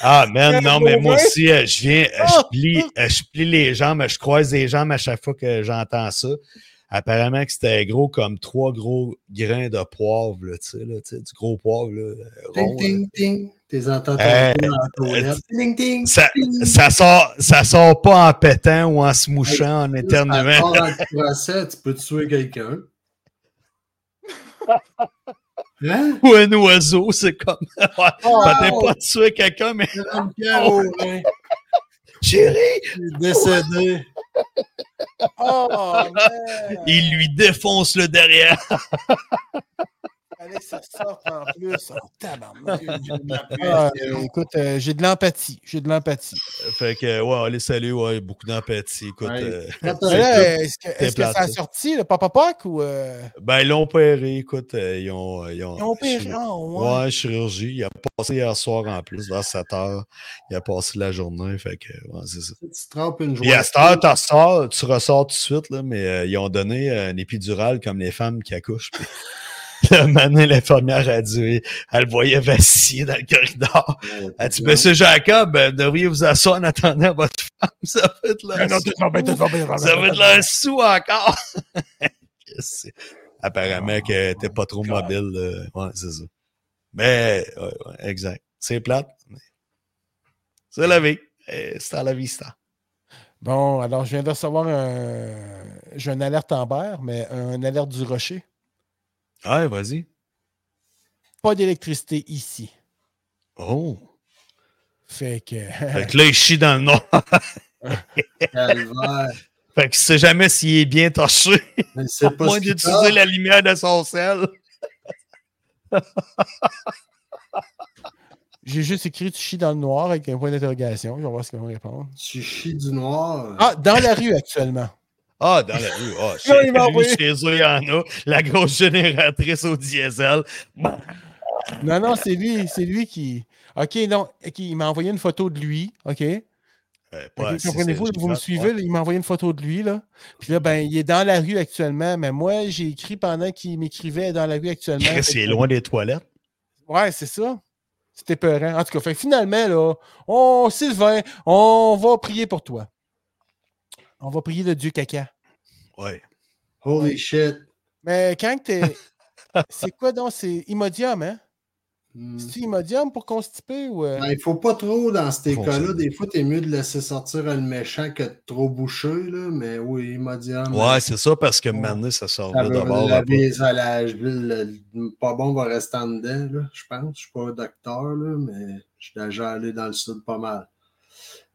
S3: Ah, man, non, mais moi
S1: Mauvais.
S3: aussi, euh, je viens, euh,
S1: Ah!
S3: je plie, euh, je plie les jambes, je croise les jambes à chaque fois que j'entends ça. Apparemment que c'était gros comme trois gros grains de poivre, là, tu sais, là, tu sais, du gros poivre, là, euh, rond,
S2: Ting,
S3: là.
S2: ting, ting. T'es entends
S3: Euh,
S2: dans la toilette. Ting, ting.
S3: Ça, ça sort, ça sort pas en pétant ou en se mouchant, en
S2: Ça
S3: éternuant.
S2: part dans le procès, tu peux tuer quelqu'un. Hein?
S3: Ou un oiseau, c'est comme. Ouais,
S1: Oh,
S3: Peut-être
S2: wow!
S3: pas tuer quelqu'un, mais
S2: Madame Pierre
S3: Oh!
S2: Aurin
S3: chérie,
S2: est décédée.
S1: Oh,
S3: il lui défonce le derrière.
S1: Avec ça sort en plus. Oh, tabarnak. Ah,
S2: Pierre,
S1: euh, écoute, euh, j'ai de l'empathie. J'ai de l'empathie.
S3: Fait que, ouais, allez, salut, ouais, beaucoup d'empathie. Écoute,
S2: Ouais.
S3: euh,
S2: Quand
S1: Mais là,
S2: t'as-
S1: Est-ce que, est-ce que
S3: plate,
S1: ça a
S3: ça.
S1: sorti, le Papa Pac, ou. euh,
S3: ben, ils l'ont opéré, écoute, euh, ils ont. Ils ont,
S1: Ils ont opéré,
S3: chirurgie-
S1: ah, ouais.
S3: Ouais, chirurgie. Il a passé hier soir en plus, vers 7 heures. Il a passé la journée, fait que, ouais, c'est ça.
S2: Tu te trompes une
S3: Et
S2: joie.
S3: à cette heure, t'en sors, tu ressors tout de suite, là, mais euh, ils ont donné euh, un épidural comme les femmes qui accouchent. puis Le matin, l'infirmière a dit, elle le voyait vaciller dans le corridor. Elle dit, Monsieur Jacob, euh, devriez vous asseoir en attendant votre femme. Ça va être là.
S1: Ah non, tout va bien, tout va bien, tout va bien.
S3: Ça va être là sous encore. Qu'est-ce que c'est? Apparemment que t'es pas trop mobile. euh, Ouais, c'est ça. Mais, ouais, ouais, exact. C'est plate. mais C'est la vie. Eh, C'est à la vie, ça.
S1: Bon, alors, je viens de recevoir un. J'ai une alerte Amber, mais un alerte du rocher.
S3: Ouais, vas-y.
S1: Pas d'électricité ici.
S3: Oh.
S1: Fait que.
S3: Fait que là, il chie dans le noir.
S2: Calvaire.
S3: Fait qu'il sait jamais s'il est bien torché.
S2: Mais c'est pas
S3: Moins
S2: ce qu'il
S3: d'utiliser la lumière de son sel.
S1: J'ai juste écrit tu chies dans le noir avec un point d'interrogation. Je vais voir ce qu'ils vont répondre.
S2: Tu chies du noir.
S1: Ah, dans la rue actuellement.
S3: Ah, dans la rue. Ah, chez,
S1: Là, il m'a
S3: lui,
S1: envoyé.
S3: chez eux, il y en a. La grosse génératrice au diesel.
S1: Non, non, c'est lui, c'est lui qui. OK, non, ok, il m'a envoyé une photo de lui. OK.
S3: Euh,
S1: Ok,
S3: pas assez,
S1: Comprenez-vous,
S3: c'est-
S1: vous me suivez, là, il m'a envoyé une photo de lui, là. Puis là, ben, il est dans la rue actuellement, mais moi, j'ai écrit pendant qu'il m'écrivait dans la rue actuellement.
S3: Chris,
S1: Fait
S3: il est
S1: que-
S3: loin des toilettes.
S1: Ouais, c'est ça. C'était peurant. En tout cas, fait que finalement, là, on, Sylvain, on va prier pour toi. On va prier le Dieu caca.
S3: Ouais.
S2: Holy shit.
S1: Mais quand que t'es. c'est quoi donc? C'est Imodium, hein?
S2: Hmm.
S1: C'est-tu Imodium pour constiper ou. euh?
S2: Ben, il faut pas trop dans ces
S3: Faut
S2: cas-là.
S3: ça.
S2: Des fois, t'es mieux de laisser sortir le méchant que de trop boucher, là. Mais oui, il m'a dit ah, mais
S3: Ouais, c'est ça, parce que
S1: Ouais.
S3: maintenant, ça sort
S2: ça
S3: de
S2: veut
S3: bord. à
S2: laver les alages, le- le pas bon va rester en dedans, là, je pense. Je suis pas docteur, là, mais je suis déjà allé dans le sud pas mal.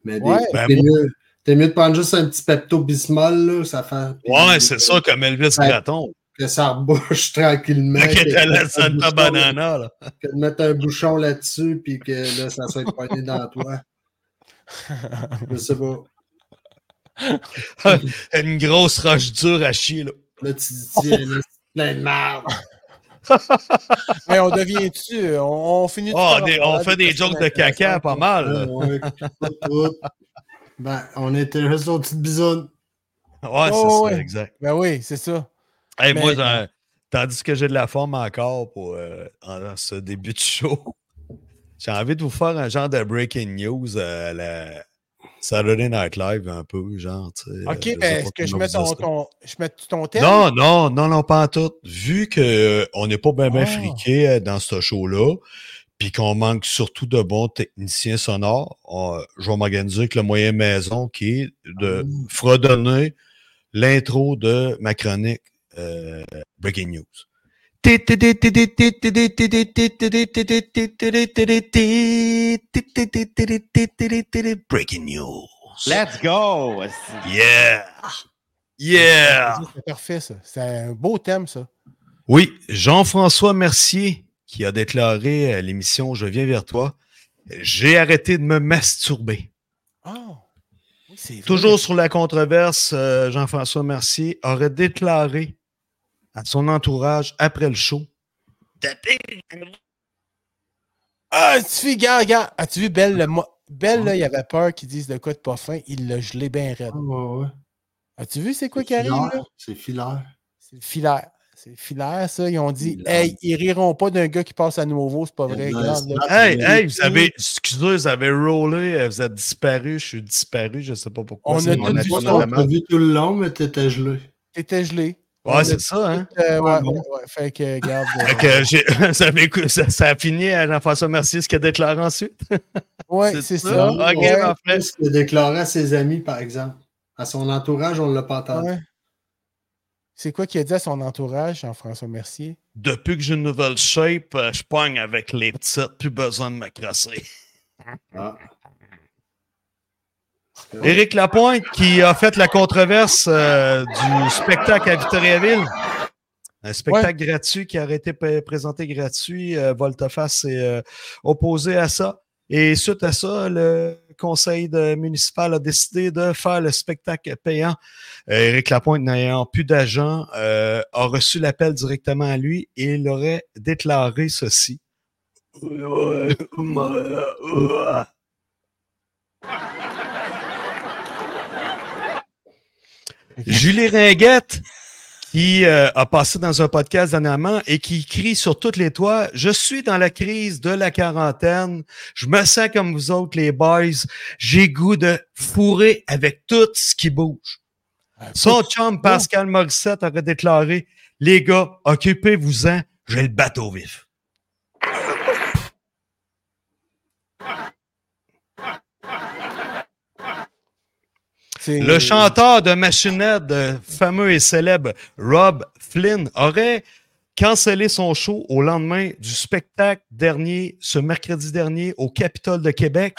S2: Mais des
S1: Ouais.
S3: Ben,
S2: fois, t'es mieux, t'es mieux de prendre juste un petit pepto-bismol, là, ça fait.
S3: bas. Ouais, c'est ça, comme Elvis
S2: Ouais.
S3: Gratton.
S2: Que ça rebouche tranquillement.
S3: Quand il
S2: que-
S3: était à la
S2: que-
S3: Santa
S2: que-
S3: Banana, là.
S2: que de mettre un bouchon là-dessus, puis que là, ça soit poigné dans toi. Je sais pas.
S3: Une grosse roche dure à chier, là.
S2: Là, tu dis, tiens, là, c'est plein de merde.
S1: Hey, on devient-tu? On, on finit
S3: Oh,
S1: par
S3: on, est-
S1: avoir
S3: on fait des jokes de
S1: personnes
S3: caca pas mal.
S1: Ah,
S3: là.
S2: Ouais, ouais, tout, tout. Ben, on était juste aux petites bisounes.
S3: Ouais,
S1: Oh,
S3: c'est
S1: ouais.
S3: ça, exact.
S1: Ben oui, c'est ça.
S3: Hey,
S1: Mais- euh,
S3: moi, j'en- tandis que j'ai de la forme encore pour euh, en- en ce début de show, j'ai envie de vous faire un genre de breaking news euh, à la Saturday Night Live, un peu, genre, tu sais.
S1: OK,
S3: euh, je
S1: ben,
S3: sais pas
S1: est-ce que
S3: comment
S1: je
S3: vous
S1: mets
S3: dire
S1: ton,
S3: ça.
S1: ton, je mets ton thème?
S3: Non, non, non, non, pas en tout. Vu qu'on n'est pas bien
S1: Ah.
S3: ben friqué euh, dans ce show-là, puis qu'on manque surtout de bons techniciens sonores, on- je vais m'organiser avec le moyen maison qui est de fredonner l'intro de ma chronique euh, Breaking News. Breaking News.
S5: Let's go! esti.
S3: Yeah! Yeah!
S1: C'est parfait, ça. C'est un beau thème, ça.
S3: Oui, Jean-François Mercier, qui a déclaré à l'émission Je viens vers toi, j'ai arrêté de me masturber.
S1: Ah! Oui, c'est vrai.
S3: Toujours sur la controverse, euh, Jean-François Mercier aurait déclaré à son entourage après le show
S1: Ah, tu fais, gars, gars. As-tu vu Belle? le mo- Belle, là, il avait peur qu'ils disent de quoi de pas fin. Il l'a gelé bien raide.
S2: Ah, Ouais, ouais, ouais.
S1: As-tu vu c'est quoi
S2: C'est
S1: qui arrive,
S2: filaire,
S1: là?
S2: C'est filaire.
S1: C'est le filaire. C'est filaire, ça. Ils ont dit Hey, ils riront pas d'un gars qui passe à nouveau, c'est pas vrai.
S2: Ouais,
S1: regarde,
S2: c'est
S1: là.
S3: Hey, hey, vous avez, excusez, vous avez roulé, euh, vous êtes disparu, je suis disparu, je sais pas pourquoi.
S1: On
S3: c'est
S1: a
S3: mon
S1: tout
S2: T'as
S1: vu
S2: vu,
S3: attente
S1: ça,
S3: à la
S2: t'as
S3: marque.
S2: vu tout le long, mais t'étais gelé.
S1: T'étais gelé.
S3: Ouais, c'est ça, hein.
S1: Euh, ouais,
S2: bon.
S1: ouais, ouais. Fait que, regarde. euh,
S3: Fait que j'ai- ça, avait cou- ça- ça a fini à Jean-François Mercier ce qu'il a déclaré ensuite.
S1: ouais,
S3: c'est
S1: c'est
S3: ça.
S1: ça.
S3: Ok,
S1: ouais,
S3: parfait.
S2: Plus que déclaré à ses amis, par exemple. À son entourage, on ne l'a pas entendu.
S1: Ah ouais. C'est quoi qu'il a dit à son entourage, Jean-François Mercier?
S3: Depuis que j'ai une nouvelle shape, euh, je pogne avec les petites, plus besoin de me crosser.
S2: Ah.
S3: Éric Lapointe qui a fait la controverse euh, du spectacle à Victoriaville. Un spectacle gratuit qui aurait été p- présenté gratuit. euh, Volteface est euh, opposé à ça. Et suite à ça, le conseil de- municipal a décidé de faire le spectacle payant. Euh, Éric Lapointe, n'ayant plus d'agent, euh, a reçu l'appel directement à lui et il aurait déclaré ceci. Julie Ringuette, qui euh, a passé dans un podcast dernièrement et qui crie sur toutes les toits Je suis dans la crise de la quarantaine. Je me sens comme vous autres, les boys. J'ai goût de fourrer avec tout ce qui bouge.
S1: Oh.
S3: Son chum Pascal Morissette aurait déclaré Les gars, occupez-vous-en, j'ai le bateau vif.
S1: C'est-
S3: Le chanteur de Machinette, euh, fameux et célèbre Rob Flynn, aurait cancellé son show au lendemain du spectacle dernier, ce mercredi dernier, au Capitole de Québec.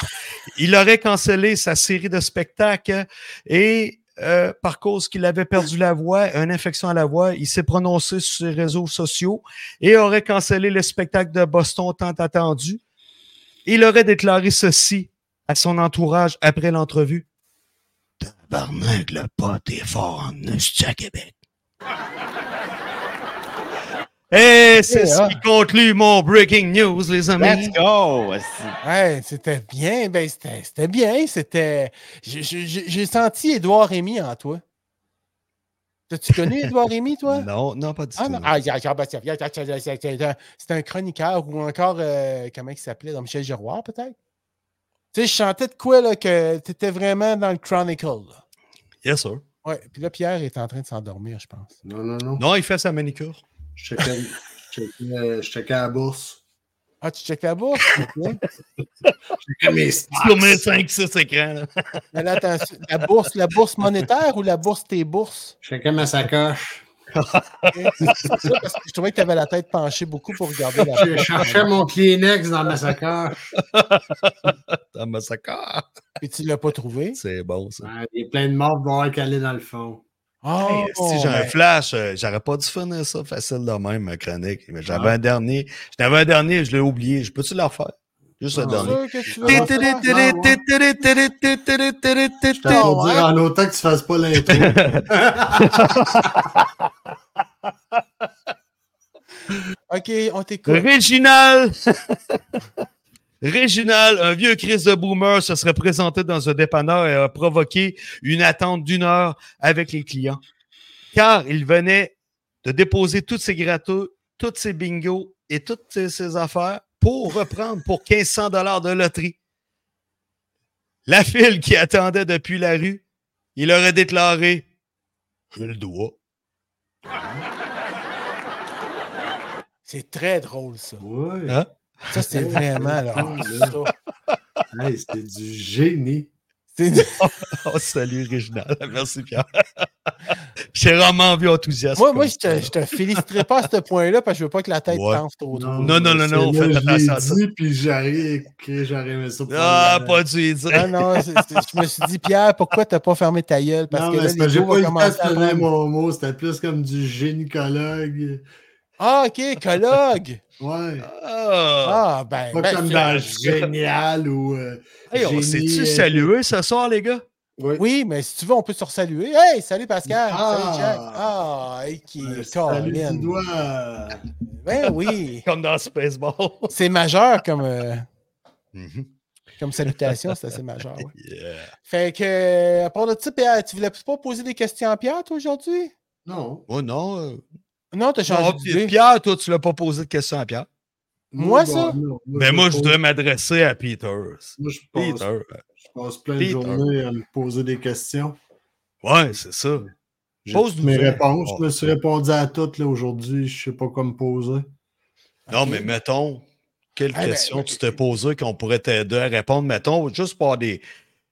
S3: Il aurait cancellé sa série de spectacles et euh, par cause qu'il avait perdu la voix, une infection à la voix, il s'est prononcé sur ses réseaux sociaux et aurait cancellé le spectacle de Boston tant attendu. Il aurait déclaré ceci à son entourage après l'entrevue. Tabarnak, le pote est fort en esti à Québec. Et Eh, c'est ce qui conclut mon breaking news, les amis.
S5: Let's go! esti.
S1: Ouais, c'était bien, ben c'était c'était bien, c'était. j'ai- j'ai- J'ai j'ai senti Édouard Rémy en toi. T'as-tu connu Édouard Rémy, toi?
S3: Non, non, pas du tout.
S1: Ah non, ah, y a- y a- ben, c'est- y a- y a- y a- y a- y a- y a- c'était un chroniqueur ou encore, euh, comment il s'appelait, dans Michel Giroir, peut-être? Tu sais, je chantais de quoi, là, que t'étais vraiment dans le Chronicle, là.
S3: Yes, sir.
S1: Ouais, puis là, Pierre est en train de s'endormir, je pense.
S2: Non, non, non.
S3: Non, il fait sa manicure.
S2: Je checkais- je checkais euh, je checkais à la bourse.
S1: Ah, tu checkes la bourse? ok.
S2: Je checkais mes stocks.
S3: Sur mes 5, 6 écrans. là.
S1: Mais là, attention, la bourse, la bourse monétaire ou la bourse tes bourses?
S2: Je checkais ma sacoche.
S1: C'est ça, parce que je trouvais que tu avais la tête penchée beaucoup pour regarder la
S2: Je cherchais mon Kleenex dans ma sacoche.
S3: Dans ma sac. Ah,
S1: Puis tu ne l'as pas trouvé.
S3: C'est bon, ça.
S2: Ouais, Il y a plein de morts vont calés dans le fond.
S1: Oh,
S3: si j'ai un
S1: ben,
S3: flash, euh, j'aurais pas dû finir ça facile de même, ma chronique. Mais j'avais
S2: Ah.
S3: un dernier. J'en avais un dernier, je l'ai oublié. Je peux-tu le refaire? Juste le
S2: Ah,
S3: dernier.
S1: Oh, sûr que tu veux refaire?
S2: Je t'ai
S3: T'as
S1: Non,
S2: pour dire en autant que tu fasses pas l'intro.
S1: OK, on t'écoute.
S3: Réginal! Réginal, un vieux Chris de boomer, se serait présenté dans un dépanneur et a provoqué une attente d'une heure avec les clients. Car il venait de déposer toutes ses gratteux, toutes ses bingos et toutes ses, ses affaires pour reprendre pour 1500 dollars de loterie. La file qui attendait depuis la rue, il aurait déclaré Je le dois.
S1: C'est très drôle, ça.
S2: Ouais.
S3: Hein?
S1: Ça, c'est vraiment là.
S2: Hey, C'était du génie.
S1: C'est
S3: Oh, salut, Réginal. Merci, Pierre. J'ai vraiment vu enthousiaste.
S1: Moi,
S3: comme
S1: moi je,
S3: ça,
S1: te,
S3: là.
S1: je te féliciterai pas à ce point-là parce que je veux pas que la tête
S3: Ouais.
S1: pense trop drôle.
S3: Non, non, non,
S2: c'est
S3: non,
S2: là,
S3: faites attention à
S2: Je
S3: ça.
S2: l'ai dit, puis j'arrive, que j'arrivais ça. pour
S3: Ah,
S2: le-
S3: pas du
S1: Non, non, c'est- c'est- je me suis dit, Pierre, pourquoi t'as pas fermé ta gueule? Parce
S2: non,
S1: que
S2: mais
S1: là,
S2: c'est parce
S1: les
S2: que j'ai
S1: gens
S2: pas
S1: vont
S2: eu le temps de
S1: commencer à
S2: tenir
S1: prendre-
S2: mon mot. C'était plus comme du gynécologue.
S1: Ah, OK, collogue.
S2: Ouais.
S3: Ah.
S1: Ah, ben,
S2: Pas
S1: ben,
S2: comme
S1: c'est-
S2: dans génial ou. euh,
S3: Hey, on
S2: génie,
S3: s'est-tu
S2: euh,
S3: salué ce soir, les gars?
S2: ouais.
S1: Oui, mais si tu veux, on peut se resaluer. Hey, salut Pascal.
S2: Ah.
S1: Salut Jack. Ah, hey, qui
S2: Euh,
S1: est
S2: salut
S1: Colin.
S2: du doigt. euh,
S1: Ben oui.
S3: Comme dans Spaceball.
S1: C'est majeur comme, euh,
S3: Mhm.
S1: comme salutation, c'est assez majeur. ouais.
S3: Yeah.
S1: Fait que, euh, à part de ça, Pierre, tu voulais pas poser des questions à Pierre, toi, aujourd'hui?
S2: Non.
S3: Oh non, euh,
S1: Non, t'as changé
S3: Ah,
S1: d'idée.
S3: puis Pierre, toi, tu l'as pas posé de question à Pierre.
S1: Ben, Moi, ça?
S2: non,
S3: Mais moi, je
S2: pose-
S3: voudrais m'adresser à Peter.
S2: moi, je passe,
S3: Peter.
S2: je passe plein de
S3: Peter.
S2: journées à me poser des questions.
S3: Ouais, c'est ça.
S2: J'ai
S3: Pose
S2: toutes mes
S3: nouvelles.
S2: réponses.
S3: Ah.
S2: Je me suis répondu à toutes là, aujourd'hui. Je ne sais pas quoi me poser.
S3: Non, mais mettons, quelle
S1: Eh ben,
S3: question
S1: ben,
S3: tu t'es posée qu'on pourrait t'aider à répondre, mettons, juste par des,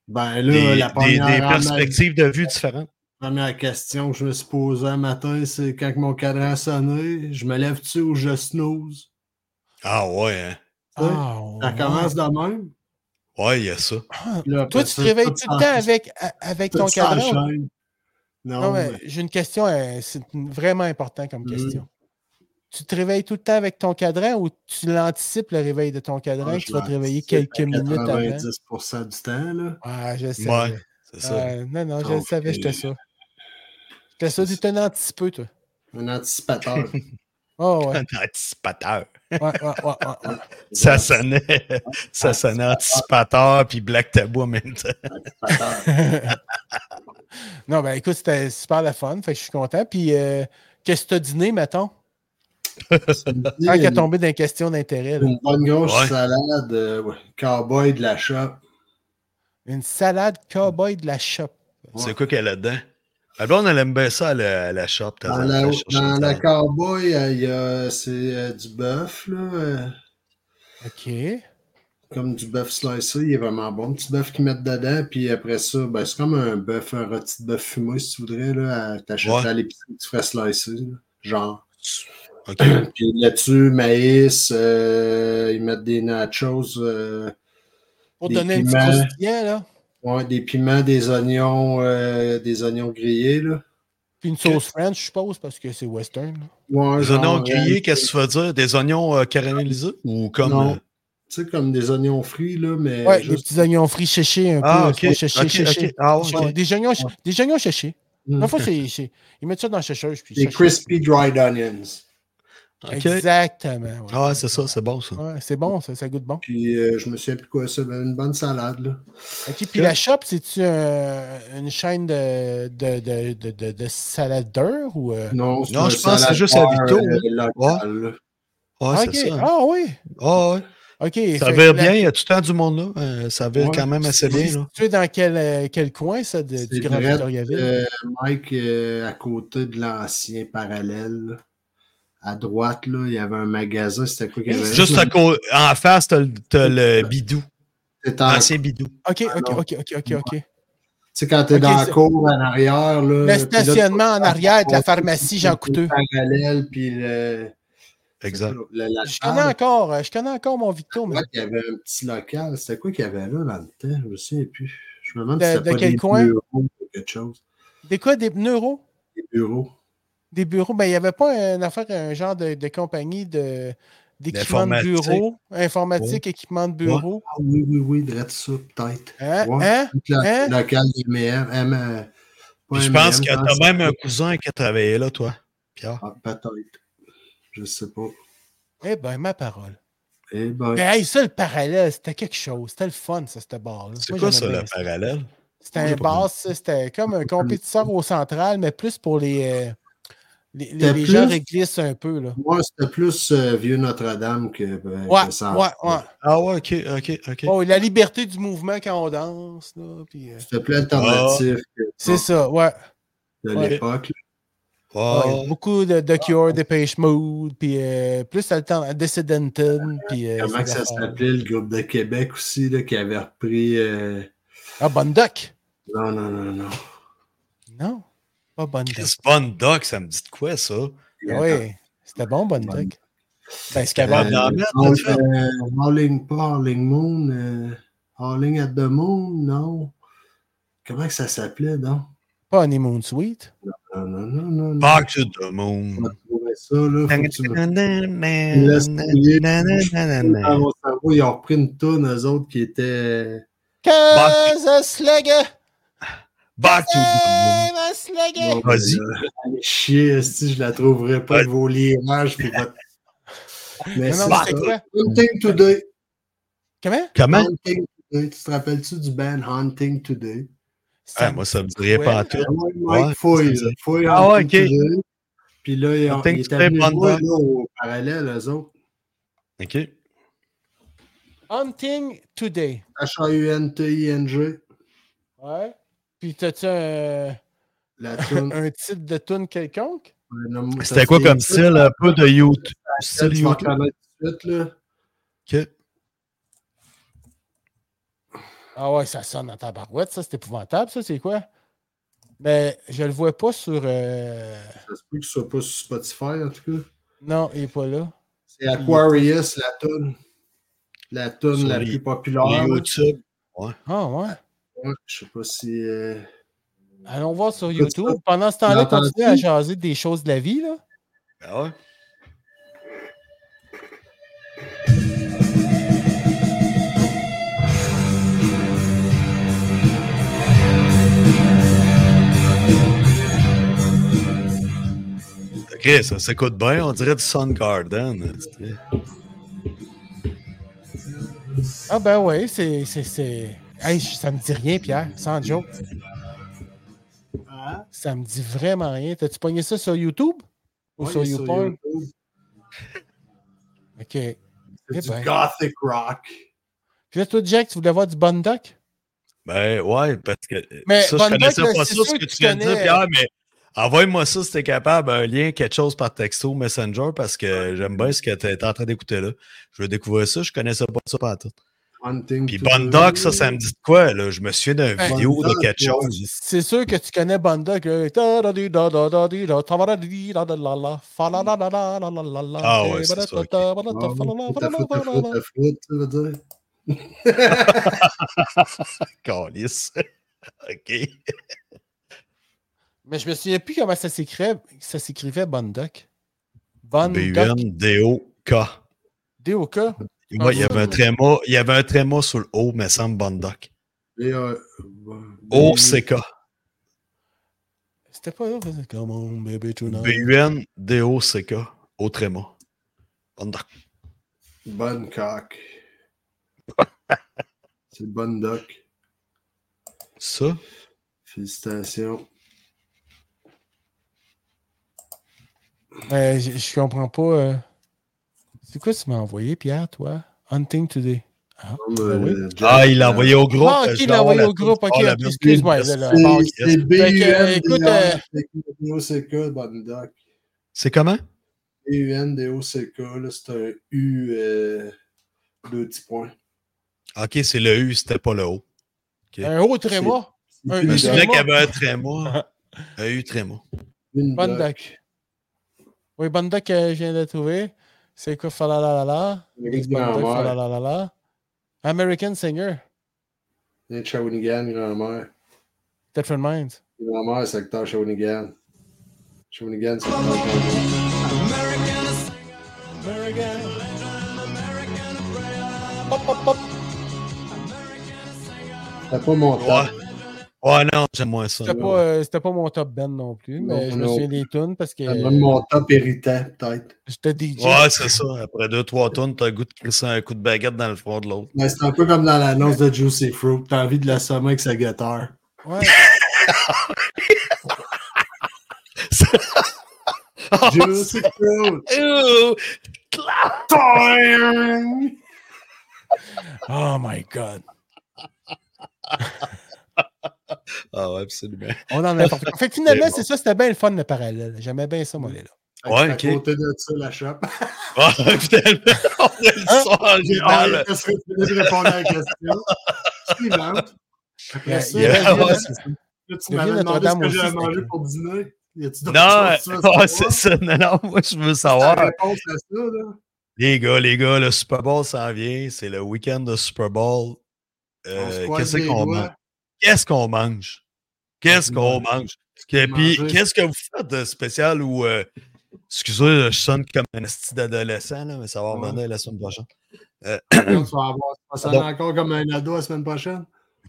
S2: Ben
S3: des,
S2: là, la
S3: des-
S2: première,
S3: des
S2: en-
S3: perspectives de vue différentes.
S2: première question que je me suis posée un matin, c'est quand que mon cadran a sonné, je me lève-tu ou je snooze?
S3: Ah ouais, hein?
S1: Ah,
S2: Ça
S1: ouais.
S2: commence de même.
S3: Ouais, il y a ça.
S1: Ah,
S2: Puis là,
S1: Toi,
S2: après
S1: tu te
S2: ça,
S1: réveilles
S2: tout
S1: tout
S2: s'en-
S1: le temps avec, a- avec
S2: tout
S1: ton cadran. Non,
S2: s'enchaîne. Non,
S1: mais
S2: mais-
S1: J'ai une question, euh, c'est une- vraiment important comme
S2: Mhm.
S1: question. Tu te réveilles tout le temps avec ton cadran ou tu l'anticipes le réveil de ton cadran
S2: Ah,
S1: et
S2: je
S1: tu vas te réveiller
S2: l'anticipe
S1: quelques minutes avant?
S2: 90% du temps, là.
S1: Ah, je sais.
S3: Ouais, c'est ça.
S1: Ah, non, non, je
S3: Donc,
S1: le savais, j'étais
S3: euh,
S1: ça. J'étais ça, tu t'en anticipé, toi.
S2: Un anticipateur.
S1: Oh, ouais.
S3: Un anticipateur.
S1: ouais, ouais, ouais, ouais, ouais.
S3: Ça sonnait, ça sonnait anticipateur puis Black Tabou en même temps.
S2: Anticipateur.
S1: non, ben écoute, c'était super la fun, fait que je suis content. Puis, euh, qu'est-ce que tu as dîné, mettons? Tant qu'à tomber dans les questions d'intérêt, là.
S2: Une bonne grosse
S3: Ouais.
S2: salade, euh, ouais, cowboy de la shop.
S1: Une salade cowboy de la shop.
S3: C'est quoi qu'elle a dedans? Ma blonde, elle aime bien ça à la, à la shop. t'as-
S2: Dans
S3: t'as
S2: la,
S3: cherché
S2: dans
S3: ça.
S2: la cowboy, euh, il y a- c'est euh, du bœuf, là, euh,
S1: OK.
S2: comme du bœuf slicé, il est vraiment bon. Petit bœuf qu'ils mettent dedans, puis après ça, ben, c'est comme un bœuf, un rôti de bœuf fumé, si tu voudrais, là, à- t'achètes
S3: Ouais.
S2: à l'épicerie, tu ferais slicer, là, genre.
S3: OK.
S2: Puis là-dessus, maïs, euh, ils mettent des nachos, euh,
S1: Pour
S2: Des
S1: donner un petit
S2: piments.
S1: croustillant, là.
S2: ouais, des piments, des oignons, euh, des oignons grillés, là.
S1: Puis une sauce French, je suppose, parce que c'est western. là.
S2: Ouais,
S3: Des
S2: genre,
S3: oignons
S2: euh,
S3: grillés, qu'est-ce que tu veux dire? Des oignons euh, caramélisés? Ou comme.
S2: Non.
S3: euh,
S2: Tu sais, comme des oignons frits, là, mais
S1: Ouais, des
S2: juste-
S1: petits oignons frits séchés, un
S3: Ah,
S1: peu.
S3: ok.
S1: euh, séchés,
S3: Ok,
S1: séchés.
S3: ok. Ah, ouais,
S1: Séchés.
S3: ok.
S1: Des oignons, des oignons séchés.
S2: Mm.
S1: Parfois, c'est, c'est- ils mettent ça dans la sécheuse. Puis
S2: des
S1: séchés.
S2: crispy dried onions.
S3: Ok.
S1: Exactement. ouais.
S3: Ah, ouais, c'est ça, c'est bon ça.
S1: Ouais, c'est bon, ça, ça goûte bon.
S2: Puis euh, je me souviens plus quoi ça, ben, une bonne salade. Là.
S1: OK, puis la shop, c'est-tu euh, une chaîne de, de, de, de, de- de salade d'heure ou... euh?
S2: Non,
S3: Non,
S2: un
S3: je pense que c'est juste
S2: salade
S3: à Vito,
S2: bar,
S3: hein.
S2: euh, local, là.
S3: Ouais,
S1: Ah, OK.
S3: c'est ça.
S1: Ah oui.
S3: Ah, ouais.
S1: OK.
S3: Ça
S1: fait
S3: vire
S1: que la-
S3: bien, il y a tout le temps du monde là. Euh, ça vire
S2: Ouais,
S3: quand même assez bien. Là.
S1: Tu es dans quel, euh, quel coin, ça, de-
S2: C'est
S1: du Grand
S2: direct,
S1: Victoriaville?
S2: euh, Mike, euh, à côté de l'ancien parallèle, là. à droite, là, il y avait un magasin. C'était quoi qu'il y avait?
S3: Juste à cô- en face, t'as le, t'as le bidou,
S2: C'était en- Tu
S3: l'ancien bidou.
S1: OK, OK,
S2: non.
S1: OK, OK, OK, OK.
S2: sais, quand t'es
S1: Ok,
S2: dans la
S1: c'est-
S2: cour en arrière. Là,
S1: Le
S2: puis là,
S1: stationnement en arrière de la pharmacie Jean
S2: le
S1: Couteux.
S2: Parallèle, puis le.
S3: Exact.
S2: le- la
S1: Je
S2: salle.
S1: connais encore, euh, je connais encore mon Victo, mais
S2: Ouais, il y avait un petit local. C'était quoi qu'il y avait là dans le temps? Je ne sais plus. Je me demande
S1: De-
S2: si c'était
S1: de
S2: pas
S1: quel
S2: des
S1: coin?
S2: bureaux ou quelque chose.
S1: des quoi, des pneus
S2: Des bureaux.
S1: Des bureaux? Ben, il n'y avait pas un affaire, un genre de, de compagnie de d'équipement de
S3: D'informatique.
S1: bureau, informatique, équipement de bureau.
S2: Ah oui, oui, oui, drette ça, peut-être.
S1: Hein?
S2: Ouais.
S1: Hein?
S2: Le
S1: Hein?
S2: local du M&M, M, euh, pas
S3: Puis je
S2: M&M,
S3: pense que t'as
S2: pense-
S3: même un cousin qui a travaillé là, toi, Pierre.
S2: Ah, peut-être. Je ne sais pas.
S1: Eh ben, ma parole.
S2: Eh ben,
S1: Ben, hey, ça, le parallèle, c'était quelque chose. C'était le fun, ça, ce bar-là.
S3: C'est
S1: Moi,
S3: quoi
S1: j'aimais
S3: ça,
S1: bien
S3: le parallèle?
S1: C'était
S3: J'ai
S1: un
S3: pas
S1: bar, ça, c'était comme un compétiteur au central, mais plus pour les, euh, les, les-
S2: C'était
S1: les gens
S2: plus-
S1: réglissent un peu. Là.
S2: moi, c'était plus euh, vieux Notre-Dame que, euh,
S1: Ouais,
S2: que ça.
S1: ouais, ouais.
S3: Ah ouais, ok, ok, ok.
S1: Oh, la liberté du mouvement quand on danse. là, puis, euh,
S2: C'était plus alternatif que
S1: c'est ça, ouais.
S2: de
S1: ouais.
S2: l'époque.
S1: Ouais,
S3: Ouais.
S1: Beaucoup de, de Cure, de Page Mode, puis euh, plus alternatif, Descendenton, puis. euh,
S2: Comment
S1: ces
S2: que ça
S1: affaires-là.
S2: s'appelait le groupe de Québec aussi là, qui avait repris. euh,
S1: Ah, Bondoc.
S2: Non, non, non, non.
S1: Non, pas Bondoc.
S3: Chris Von Doc, ça me dit de quoi ça?
S1: Oui, c'était bon, Bondoc. Ben, c'était
S3: Bon,
S1: bon.
S2: Euh,
S3: d'en mettre,
S2: Non,
S3: t'as fait.
S2: euh, Howling, pas Howling Moon, euh, Howling at the Moon, non. Comment que ça s'appelait, non?
S1: Pas Honeymoon Suite.
S2: Non, non, non, non. non.
S3: Back to the moon.
S2: On va trouver ça, là. Faut que tu me- Laisse couler. Dans
S3: Back
S2: mon cerveau, ils ont repris une toune, eux autres, qui était.
S1: Kazaslaga!
S3: to the moon. Vas-y.
S2: ben, euh, Allez chier, si je la trouverais pas,
S3: Ouais.
S2: vos limages, puis votre. Mais
S1: Non,
S2: c'est Ah,
S1: non, mais
S2: ça.
S1: c'est quoi?
S2: Hunting Today.
S1: Comment?
S3: Comment?
S2: Hunting Today. Tu te rappelles-tu du band Hunting Today?
S3: Ah, moi, ça me dirait
S1: Ouais.
S3: pas en tout.
S2: Ouais, Mike
S3: Ouais,
S2: Foy,
S3: c'est ça.
S2: là. Foy
S3: Ah ouais,
S2: Hunting
S3: ok.
S2: Today. Puis là, ils, ont,
S3: Think
S2: ils étaient
S3: très
S2: venus
S3: bonne
S2: jouer,
S3: bonne.
S2: là, au parallèle, eux autres.
S3: OK.
S1: Hunting Today.
S2: H-A-U-N-T-I-N-G.
S1: Ouais. Puis, t'as-tu un,
S2: La tune.
S1: un titre de tune quelconque?
S3: C'était quoi comme style? Un peu de YouTube. Style
S2: Tu vas
S3: YouTube.
S2: reconnaître tout de suite, là.
S3: OK.
S1: Ah ouais, ça sonne en tabarouette, ça, c'est épouvantable, ça, c'est quoi? Mais je le vois pas sur. euh,
S2: Ça se peut qu'il soit pas sur Spotify, en tout cas.
S1: Non, il est pas là.
S2: C'est
S3: Hmm.
S2: Aquarius, la tune. La tune
S3: Sur
S2: la
S3: les-
S2: plus populaire. là.
S3: YouTube.
S1: Ah ouais.
S2: Ouais, Je sais pas si. euh,
S1: Allons voir sur
S2: Écoute,
S1: YouTube. Pendant ce temps-là,
S2: l'entends-tu?
S1: continuez à jaser des choses de la vie, là.
S3: Ah ouais. Ok, ça s'écoute bien, on dirait du Sun Garden. tu sais.
S1: Ah ben oui, c'est. c'est- c'est- Hey, je- ça me dit rien, Pierre, sans joke.
S2: Hein?
S1: Ça me dit vraiment rien. T'as-tu pogné ça sur YouTube? Ou
S2: ouais,
S1: sur
S2: il est sur
S1: YouPorn?
S2: YouTube.
S1: OK. Puis Eh
S2: C'est du
S1: ben.
S2: gothic rock.
S1: là, toi, Jack, tu voulais voir du Bondoc?
S3: Ben ouais, parce que
S1: Mais
S3: ça, je
S1: Van Gogh,
S3: connaissais
S1: là,
S3: pas
S1: c'est
S3: ça, ce
S1: sûr
S3: que
S1: que
S3: tu
S1: tu
S3: viens de dire,
S1: connais-
S3: Pierre, mais envoie-moi ça si t'es capable, un lien, quelque chose par texto, Messenger, parce que j'aime bien ce que tu es en train d'écouter là. Je veux découvrir ça, je connaissais pas ça pas tout. euh,
S2: Hunting
S3: Puis
S2: to
S3: Bondoc,
S2: the-
S3: ça, ça me dit de quoi, là? Je me souviens d'une
S1: Ouais.
S3: vidéo de
S2: Bondoc,
S3: quelque
S2: ouais.
S3: chose.
S1: C'est sûr que tu connais Bondoc. là. Ta-da-di-da-da-da-di-da, ta-ba-da-di-da-da-la-la, fa-la-la-la-la-la-la-la.
S3: Ah ouais, c'est sûr, ok.
S2: Ah, ouais, ta flûte, ta flûte,
S1: Ta-ba-da-da-da-da-da-da-da-da-da-da-da-da.
S2: ta flûte, ça veut dire.
S3: Calice. OK.
S1: Mais je me souviens plus comment ça s'écrivait, ça s'écrivait Bondoc. Bondoc.
S3: B-U-N-D-O-K.
S1: D.O.K.
S3: Ouais, il y
S1: Oh.
S3: avait un tréma, il y avait un tréma sur le O, me semble, Bondoc.
S2: Et, euh,
S3: O-C-K.
S1: C'était pas là. faisait Come on, baby, tonight.
S3: B-U-N-D-O-C-K. Au tréma. Bondoc.
S2: Bonne coque. C'est le bon doc.
S3: Ça?
S2: Félicitations.
S1: Euh, je, je comprends pas. euh, C'est quoi que tu m'as envoyé, Pierre, toi? Hunting Today.
S2: Comme, euh, Jack-
S3: Ah, il l'a envoyé au groupe.
S1: Ah, ok,
S3: Je
S1: il
S3: dois
S1: l'a envoyé
S3: avoir
S1: au
S3: la-
S1: groupe, ok,
S3: Ah, la
S1: ok,
S3: même-
S1: excuse-moi, là, là.
S2: C'est-
S1: Bon,
S2: C'est
S1: euh,
S2: B-U-N-D-O-C-K.
S1: écoute, euh,
S2: B-U-N-D-O-C-K, bon doc.
S3: C'est comment?
S2: B-U-N-D-O-C-K, là, c'est un U, euh, deux petits points.
S3: OK, c'est le U, c'était pas le O. Ok.
S1: Un haut tréma.
S2: C'est
S1: Un
S3: Je
S2: une
S3: me
S1: U
S3: souviens
S1: tréma.
S3: qu'il y avait un tréma. Un U tréma.
S2: Une
S1: Bonne
S2: doc.
S1: doc. Oui, bonne doc, euh, je viens de trouver. C'est quoi? Falalalala.
S2: Le
S1: Ex
S2: grand-mère.
S1: bonne doc, falalalala. American Singer.
S2: Une Shawinigan, grand-mère.
S1: Different Minds.
S2: Grand-mère, secteur Shawinigan. Shawinigan, secteur Shawinigan.
S1: Pop, pop, pop.
S2: T'as pas mon
S3: Ouais.
S2: temps.
S3: Ouais, non, j'aime moins ça.
S1: C'était
S3: là.
S1: pas, euh, c'était pas mon top band non plus, mais
S2: Non,
S1: je me
S2: non.
S1: souviens des tunes parce que
S2: T'as même mon top héritant, peut-être.
S1: j'étais DJ.
S3: Ouais, c'est ça. Après deux, trois tonnes, t'as le goût de crisser un coup de baguette dans le front de l'autre.
S2: Mais Ben, c'est un peu comme dans l'annonce de Juicy Fruit. T'as envie de l'assommer avec sa guitare.
S1: Ouais.
S2: Juicy Fruit!
S3: Ouh!
S2: Toing!
S1: Oh my God.
S3: Ah ouais, absolument.
S1: On en a partout. Fait que finalement,
S3: C'est bon.
S1: c'est ça, c'était bien le fun le parallèle. J'aimais bien ça, moi, les là.
S3: Ouais,
S2: à
S3: ok.
S2: côté de ça, la shop.
S3: Ah, finalement, on a le
S1: Hein?
S3: son original.
S2: Est-ce que tu veux répondre à la question? Suivante. Après ça,
S3: Yeah,
S2: là,
S3: ouais,
S1: c'est ça.
S2: là, tu
S1: Le
S2: m'avais
S1: vieux
S2: demandé ce
S1: Notre-Dame
S2: que j'avais
S1: aussi,
S2: mangé
S1: c'était-
S2: pour dîner. Y a-tu d'autres choses à
S3: Non, ouais,
S2: savoir?
S3: c'est ça. Non, non, moi, je veux
S2: La
S3: savoir.
S2: réponse à ça,
S3: Euh,
S2: là.
S3: Les gars, les gars, le Super Bowl s'en vient. C'est le week-end de Super Bowl. Euh,
S2: On se croise
S3: qu'est-ce
S2: les
S3: qu'on
S2: doigts.
S3: mange? Qu'est-ce qu'on mange? Qu'est-ce qu'on mange? Et puis,
S2: manger.
S3: qu'est-ce que vous faites de spécial ou. euh, excusez, je sonne comme un esti d'adolescent, là, mais ça va
S2: Ouais.
S3: revenir la semaine prochaine.
S2: Donc, Tu vas avoir tu vas sonner
S3: Pardon.
S2: encore comme un ado la semaine prochaine.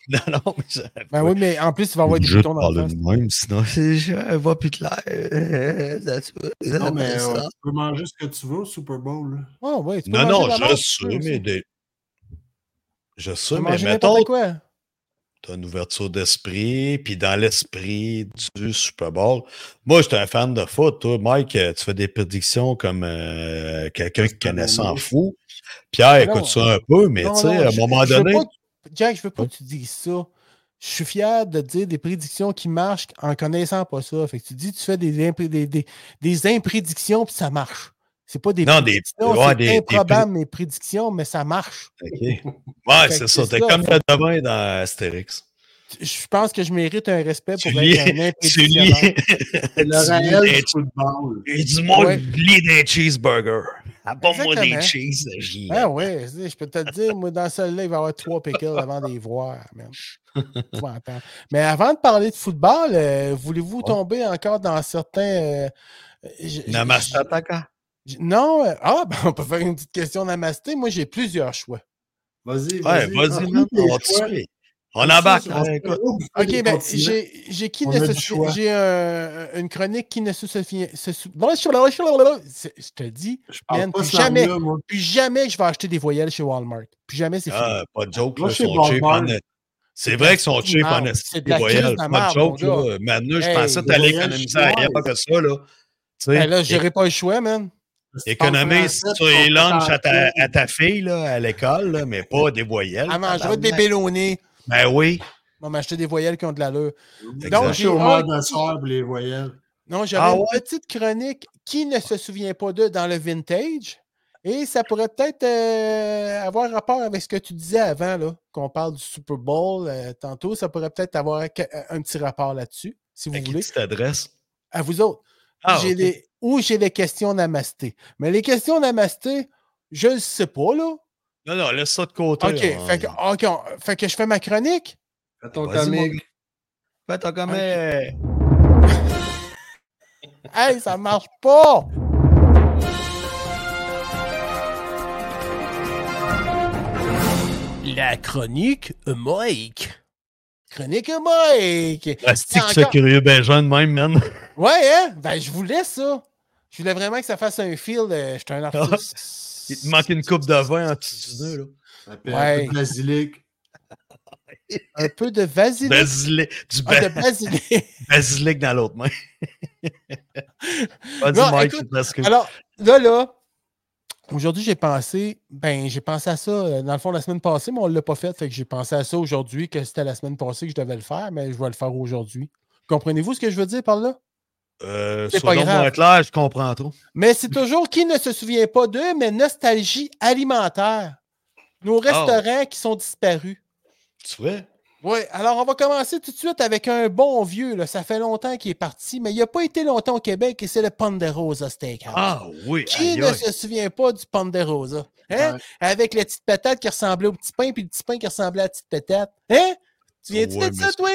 S3: Non, non, mais je-
S1: Ben oui, mais en plus, il va y avoir des
S3: Juste
S1: boutons dans
S3: parler
S1: le
S3: de même, sinon, c'est- je va plus clair. Euh, that's what-
S2: Non, mais
S3: that's
S2: euh,
S3: that.
S2: tu peux manger ce que tu veux au Super Bowl. là.
S1: Oh, ouais, tu peux
S3: Non,
S1: manger
S3: non,
S1: de la
S3: je
S1: marde,
S3: sais,
S1: tu peux aussi.
S3: mais. des- Je
S1: Tu
S3: sais,
S1: peux
S3: mais
S1: manger
S3: mettons,
S1: n'importe quoi.
S3: T'as une ouverture d'esprit, puis dans l'esprit du Super Bowl. Moi, j'étais un fan de foot. Toi, Mike, euh, tu fais des prédictions comme euh, quelqu'un qui connaît s'en fou. Pierre,
S1: Non.
S3: écoute ça un peu, mais
S1: Non,
S3: tu sais,
S1: non,
S3: à un
S1: je-
S3: moment
S1: je veux
S3: donné.
S1: pas que- Jack, je veux pas que tu dises ça. Je suis fier de dire des prédictions qui marchent en connaissant pas ça. Fait que tu dis, tu fais des, impré- des, des, des imprédictions puis ça marche. C'est pas des
S3: Non, des-
S1: prédictions,
S3: ouais,
S1: c'est
S3: des- des
S1: improbable mes prédictions, mais ça marche.
S3: OK. Ouais,
S1: que
S3: c'est ça.
S1: c'est
S3: T'es
S1: ça.
S3: comme le devin dans Astérix.
S1: Je pense que je mérite un respect pour être
S3: Tu lis-
S1: un
S3: tu
S1: imprédictionneur.
S3: lis- Tu
S2: C'est le
S3: lis
S2: Raël
S3: des-
S2: du football.
S3: Et dis-moi,
S1: Ouais.
S3: lis des cheeseburgers. Abonne-moi
S1: Exactement.
S3: Ah, des euh, cheese, j'y
S1: Ah ouais, c'est- je peux te le dire, moi, dans celle-là, il va y avoir trois pickles avant de les voir, man. Tu m'entends. Mais avant de parler de football, euh, voulez-vous tomber encore dans certains. euh, j- j-
S3: Namaste, Taka.
S1: j- Non, euh, ah, ben, on peut faire une petite question namasté. Moi, j'ai plusieurs choix.
S2: Vas-y,
S3: Ouais,
S2: vas-y.
S3: vas-y,
S2: Ensuite,
S3: man, Oh,
S2: les
S3: on va te
S2: choix.
S3: suivre. On embarque.
S2: Ça, ça,
S3: hein, écoute.
S2: ça,
S1: Ok, ben,
S2: continue.
S1: j'ai j'ai qui
S2: Ah, On
S1: ne
S2: a
S1: se
S2: du choix.
S1: J'ai euh, une chronique qui ne se souvient. se sou- C'est- Je te dis,
S2: Je
S1: man,
S2: parle pas
S1: plus
S2: ce
S1: jamais.
S2: langue-là, moi.
S1: Puis jamais je vais acheter des voyelles chez Walmart. Puis jamais c'est fini.
S3: Ah, pas de joke,
S2: Moi,
S3: là,
S2: je suis
S3: sont cheap
S2: Walmart.
S3: en- C'est vrai qu'ils sont
S1: C'est
S3: cheap en
S1: marde.
S3: esti,
S1: C'est de
S3: les
S1: la crise
S3: voyelles.
S1: de la
S3: Pas
S1: marde,
S3: de joke,
S1: mon
S3: là. Maintenant, je
S1: Hey,
S3: pensais que t'allais
S2: voyelles
S3: économiser ailleurs
S2: chinoises.
S3: que ça, là. Tu sais,
S1: Ben là, j'aurais pas le choix, man.
S2: Si tu parles
S3: économise sur
S2: français, tu
S3: les
S2: parles
S3: lunchs à ta,
S2: français.
S3: à ta fille, là, à l'école, là, mais pas des voyelles.
S1: Elle mangera des
S3: Ah, tabarnak.
S1: bélonés.
S3: Ben oui.
S1: On va m'acheter des voyelles qui ont de l'allure.
S3: Exact.
S2: Je suis au
S1: j'ai
S2: moins
S1: un-
S2: de la soeur pour les voyelles.
S1: Non, j'avais
S3: Ah
S1: une
S3: ouais?
S1: petite chronique qui ne se souvient pas d'eux dans le vintage. Et ça pourrait peut-être euh, avoir rapport avec ce que tu disais avant, là, qu'on parle du Super Bowl euh, tantôt. Ça pourrait peut-être avoir que- un petit rapport là-dessus, si vous
S3: À qui
S1: voulez.
S3: tu t'adresses?
S1: À vous autres.
S3: Ah,
S1: j'ai
S3: ok.
S1: les- ou j'ai les questions namasté. Mais les questions namasté, je ne sais pas, là.
S3: Non, non, laisse ça de côté.
S1: OK.
S3: là.
S1: Fait que, ok, on- fait que je fais ma chronique.
S2: Fais ton
S3: Vas-y, mon
S2: comique.
S3: gars. Fais ton
S1: Ah,
S3: comique.
S1: Hey, ça marche pas! La chronique Mike. Chronique Mike.
S3: Asti que
S1: Ah,
S3: c'est
S1: encore.
S3: curieux, ben jeune même, man.
S1: Ouais, hein? Ben, je voulais ça. Je voulais vraiment que ça fasse un feel. euh, J'étais un artiste.
S3: Ah. Il te manque une coupe de vin en petit du nez, là.
S2: Ça fait un
S1: Ouais.
S2: peu de basilic.
S1: Un peu de vasilic.
S3: Basilic, du
S1: Ah, de
S3: ba-
S1: basilic.
S3: basilic dans l'autre main. Vas-y,
S1: Non,
S3: Mike,
S1: écoute,
S3: parce que.
S1: Alors, là, là, aujourd'hui, j'ai pensé, ben, j'ai pensé à ça, euh, dans le fond, la semaine passée, mais on ne l'a pas fait. Fait que j'ai pensé à ça aujourd'hui, que c'était la semaine passée que je devais le faire, mais je vais le faire aujourd'hui. Comprenez-vous ce que je veux dire par là?
S3: Euh,
S1: c'est
S3: sur
S1: pas
S3: l'autre
S1: grave.
S3: boîte là, je comprends trop.
S1: Mais c'est toujours qui ne se souvient pas d'eux, mais nostalgie alimentaire.
S3: Oh.
S1: Nos restaurants qui sont disparus.
S3: Tu vois?
S1: Oui, alors on va commencer tout de suite avec un bon vieux. Là. Ça fait longtemps qu'il est parti, mais il n'a pas été longtemps au Québec et c'est le Ponderosa Steakhouse.
S3: Ah oui.
S1: Qui
S3: aïe,
S1: ne
S3: aïe.
S1: se souvient pas du Ponderosa? Hein?
S2: Ouais.
S1: Avec la petite patate qui ressemblait au petit pain, puis le petit pain qui ressemblait à la petite patate. Hein? Tu viens-tu
S3: Ouais,
S1: de
S3: mais
S1: ça,
S3: c'est-
S1: toi?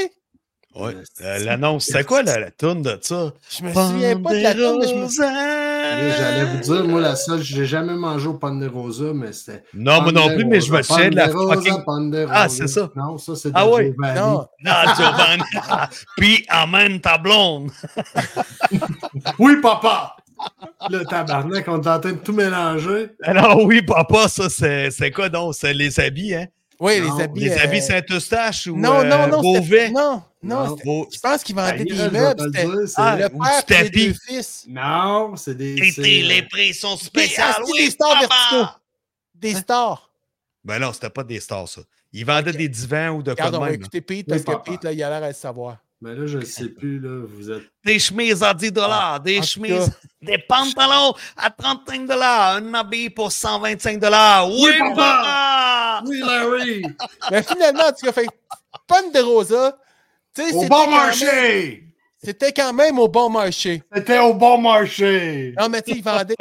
S3: Ouais, euh, L'annonce, c'était quoi la, la toune de ça?
S1: Je me souviens pas de la toune, mais je me
S2: Là, J'allais vous dire, moi, la seule, j'ai jamais mangé au Ponderosa, mais c'était.
S3: Non, moi non plus, mais je me
S2: Ponderosa,
S3: souviens de la
S2: Ponderosa,
S3: fucking.
S2: Ponderosa.
S3: Ah, c'est ça.
S2: Non, ça, c'est de
S3: Ah
S2: la
S3: ouais.
S2: Giovanni.
S1: Non.
S3: Ah, Giovanni. Puis amène ta blonde.
S2: Oui, papa! Le tabarnak, on est en train de tout mélanger.
S3: Alors oui, papa, ça, c'est c'est quoi donc? C'est les habits, hein?
S1: Oui,
S2: Non,
S1: les habits.
S3: Les
S1: euh,
S3: habits Saint-Eustache ou euh,
S1: Non, non, non. c'était-
S3: Beauvais?
S1: Non, non.
S2: Non.
S1: c'était-
S3: Beau-
S1: Je pense qu'ils vendaient
S2: Aïe,
S1: des
S2: je vais
S1: meubles.
S2: te le
S1: C'était
S2: dire, c'est-
S3: Ah,
S1: le père
S3: ou du
S1: et les deux
S3: tapis.
S1: fils.
S2: Non, c'est des.
S3: Et
S2: c'est- euh,
S3: t'es- les prix sont
S1: Mais
S3: spéciaux.
S1: euh, ah, c'est
S3: Oui,
S1: des stars
S3: papa!
S1: verticaux. Des stars.
S3: Ben non, c'était pas des stars, ça. Ils vendaient des divans ou de quoi
S1: Regarde,
S3: de
S1: on va
S3: même. là.
S1: écouter Pete
S2: Oui,
S1: parce que
S2: papa.
S1: Pete, là, il a l'air à le savoir.
S2: Mais Ben là, je ne sais plus, là, vous êtes.
S3: Des chemises à 10
S1: Ah, en
S3: des
S1: tout
S3: chemises, des pantalons à 35 un habit pour 125 Oui,
S2: Oui, papa!
S1: Ah,
S3: papa!
S2: Oui, Larry!
S1: Mais finalement, en tout cas, fait Ponderosa, tu sais,
S2: au
S1: c'était
S2: bon
S1: quand même-
S2: marché!
S1: C'était quand même au bon marché.
S2: C'était au bon marché!
S1: Non, mais tu sais, ils vendaient.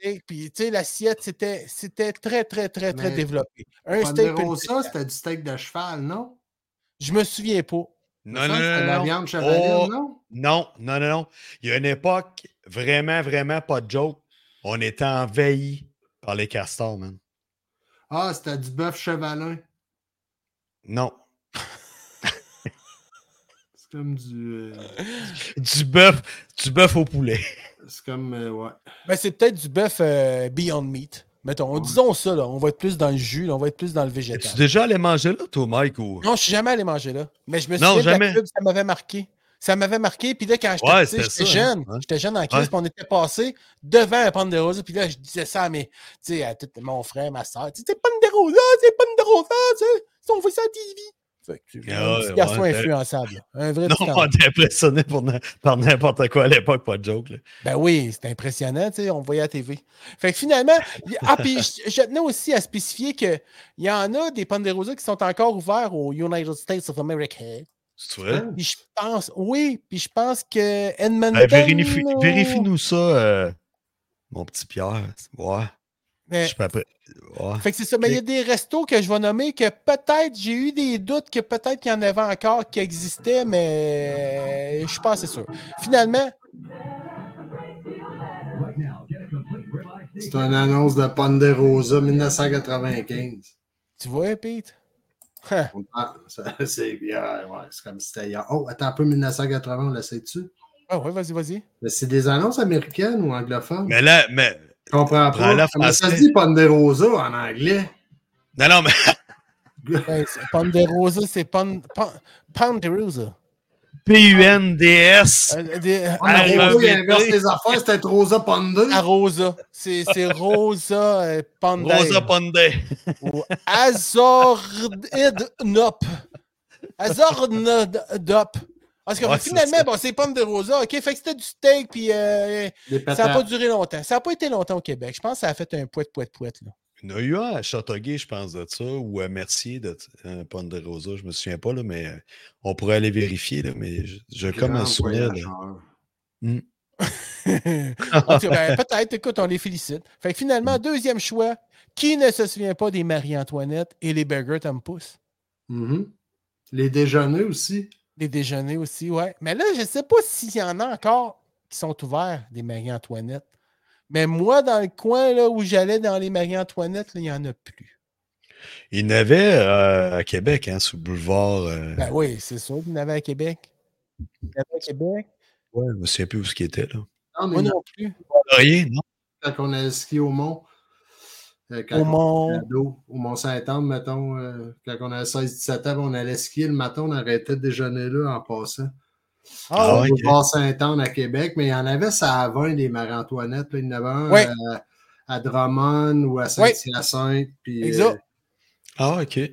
S1: Et Puis, tu sais, l'assiette, c'était, c'était très, très, très, très
S2: Mais-
S1: développé. Un steak. puis une
S2: Ponderosa,
S1: patate.
S2: c'était du steak de cheval, non?
S1: Je me souviens pas.
S3: Non,
S2: Ça,
S3: non,
S2: C'était de
S3: non,
S2: la
S3: non,
S2: viande chevaline,
S3: Oh.
S2: non?
S3: non, non, non, non. Il y a une époque, vraiment, vraiment, pas de joke, on était envahi par les castors, man.
S2: Ah, c'était du bœuf chevalin.
S3: Non.
S2: C'est comme du. euh,
S3: Du bœuf, du bœuf au poulet.
S2: c'est comme. euh, ouais.
S1: Ben, Mais c'est peut-être du bœuf euh, Beyond Meat. Mettons, disons ça, là, on va être plus dans le jus, là, on va être plus dans le végétal.
S3: Es-tu déjà allé manger là, toi, Mike? Ou...
S1: Non, je suis jamais allé manger là. Mais je me
S3: Non,
S1: souviens de
S3: jamais.
S1: la pub, ça m'avait marqué. Ça m'avait marqué, puis là, quand j'étais
S3: Ouais,
S1: petit,
S3: c'était
S1: j'étais
S3: ça,
S1: jeune,
S3: hein. Ouais.
S1: j'étais jeune en crise,
S3: Ouais.
S1: puis on était passé devant la pomme de rose, puis là, je disais ça à, mes, tu sais, à tout, mon frère, ma soeur, tu sais, c'est pomme de rose, ah, c'est pomme de rose, ah, tu sais, si on voit ça à TV. Fait que, tu sais,
S3: Ah
S1: un
S3: ouais,
S1: petit garçon
S3: ouais, t'as-
S1: influençable, là. un vrai petit
S3: Non, on
S1: enfant.
S3: était impressionné pour n- par n'importe quoi à l'époque, pas de joke. là.
S1: Ben oui, c'était impressionnant, tu sais, on le voyait à TV. Fait que finalement, y- ah, puis je, je tenais aussi à spécifier qu'il y en a des pommes de rose qui sont encore ouverts aux United States of America.
S3: C'est vrai?
S1: Puis je pense, oui, puis je pense que Edmonton.
S3: Ben, vérifie-
S1: euh,
S3: Vérifie-nous ça, euh, mon petit Pierre. Ouais.
S1: mais-
S3: Je peux après. Ouais.
S1: ben, fait que c'est ça. Mais il y a des restos que je vais nommer que peut-être, j'ai eu des doutes que peut-être qu'il y en avait encore qui existaient, mais euh, je suis pas assez sûr. Finalement,
S2: C'est une annonce de Ponderosa 1995.
S1: tu vois, Pete? Hein.
S2: On parle- ça- C'est ah, ouais, c'est comme si c'était hier. Oh, attends un peu, 1980, on la sait-tu?
S1: Ah ouais, vas-y, vas-y.
S2: Mais C'est des annonces américaines ou anglophones?
S3: Mais là, mais.
S2: Je comprends
S3: Prends-la
S2: pas. Comment ça
S3: français.
S2: se dit Ponderosa en anglais?
S3: Non, non, mais.
S1: Ben, c'est- pomme de rose, c'est pomme pomme de rose.
S3: P-U-N-D-S.
S1: Euh, des-
S2: On a
S3: Hey,
S2: compris, il
S3: mais-
S2: inverse les affaires, c'était Rosa Ponder.
S1: à Rosa. C'est c'est Rosa euh, Panda.
S3: Rosa Ponday.
S1: ou Azordnop. Azordnop. Parce que
S3: Ouais, c'est
S1: finalement,
S3: ça.
S1: bon, c'est pommes de rosa, OK? Fait que c'était du steak, puis euh,
S2: Des
S1: ça n'a pas
S2: patates.
S1: duré longtemps. Ça n'a pas été longtemps au Québec. Je pense que ça a fait un poète, poète, poète. Là.
S3: Il y en a eu un à Châteauguay, je pense, de ça, ou à Mercier de un Ponderosa, je me souviens pas, là, mais euh, on pourrait aller vérifier, là, mais je- j'ai comme un
S2: Grand
S3: souvenir. là.
S2: voyageur.
S1: En tout cas, ben, peut-être, écoute, on les félicite. Fait que finalement, deuxième choix, qui ne se souvient pas des Marie-Antoinette et les burgers Tom Pouce?
S2: Mhm. Les déjeuners aussi.
S1: Les déjeuners aussi, ouais. Mais là, je ne sais pas s'il y en a encore qui sont ouverts, des Marie-Antoinette. Mais moi, dans le coin là, où j'allais dans les Marie-Antoinette, là, il n'y en a plus.
S3: Il y en avait euh, à Québec, hein, sur le boulevard. euh,
S1: Ben oui, c'est sûr qu'il y en avait à Québec. Il y en avait à Québec.
S3: ouais, je me souviens plus où ce qui était, là.
S2: Non, mais
S1: Moi non plus.
S3: Laurier, non?
S2: quand on a ski au mont. euh, quand
S1: Au
S2: on
S1: Mont.
S2: ado, au Mont-Saint-Anne, mettons, euh, quand on avait 16-17 ans, on allait skier le matin, on arrêtait de déjeuner là en passant.
S3: Ah
S1: Ah,
S3: ouais,
S1: oui.
S2: Au boulevard Saint-Anne à Québec, mais il y en avait ça à 20 des Marie-Antoinette. là. Il y en avait un
S1: Ouais.
S2: euh, à Drummond ou à Saint-Hyacinthe. puis, euh,
S1: Exact.
S3: Ah, ok.
S1: Il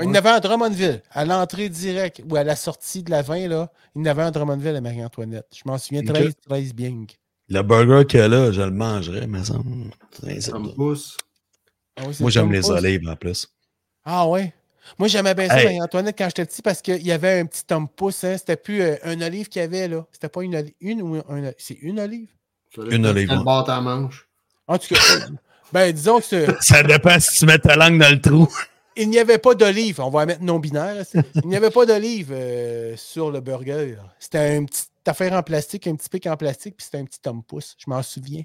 S1: y en avait un à Drummondville, à l'entrée directe ou à la sortie de la 20, là, il y en avait un à Drummondville à Marie-Antoinette. Je m'en souviens
S3: Ok.
S1: très, très bien.
S3: Le burger qu'il y a là, je le mangerais, mais ça. me-
S2: ça me pousse.
S1: Ah oui, c'est
S3: Moi, j'aime
S1: Tom
S3: les
S1: Pouce.
S3: olives en plus.
S1: Ah ouais. Moi, j'aimais bien ça,
S3: Hey.
S1: Marie-Antoinette, quand j'étais petit, parce qu'il y avait un petit homme pouce. Hein. C'était plus euh, un olive qu'il y avait, là. C'était pas une olive. Une ou un. C'est une olive?
S2: Ça
S3: Une
S2: dépend
S3: olive,
S2: Quel
S3: ouais.
S2: bord t'en manges?
S1: En tout cas, euh, ben, disons que c'est-
S3: Ça dépend si tu mets ta langue dans le trou.
S1: il n'y avait pas d'olive. On va mettre non-binaire. hein. Il n'y avait pas d'olive euh, sur le burger. là. C'était une petite affaire en plastique, un petit pic en plastique, puis c'était un petit homme pouce. Je m'en souviens.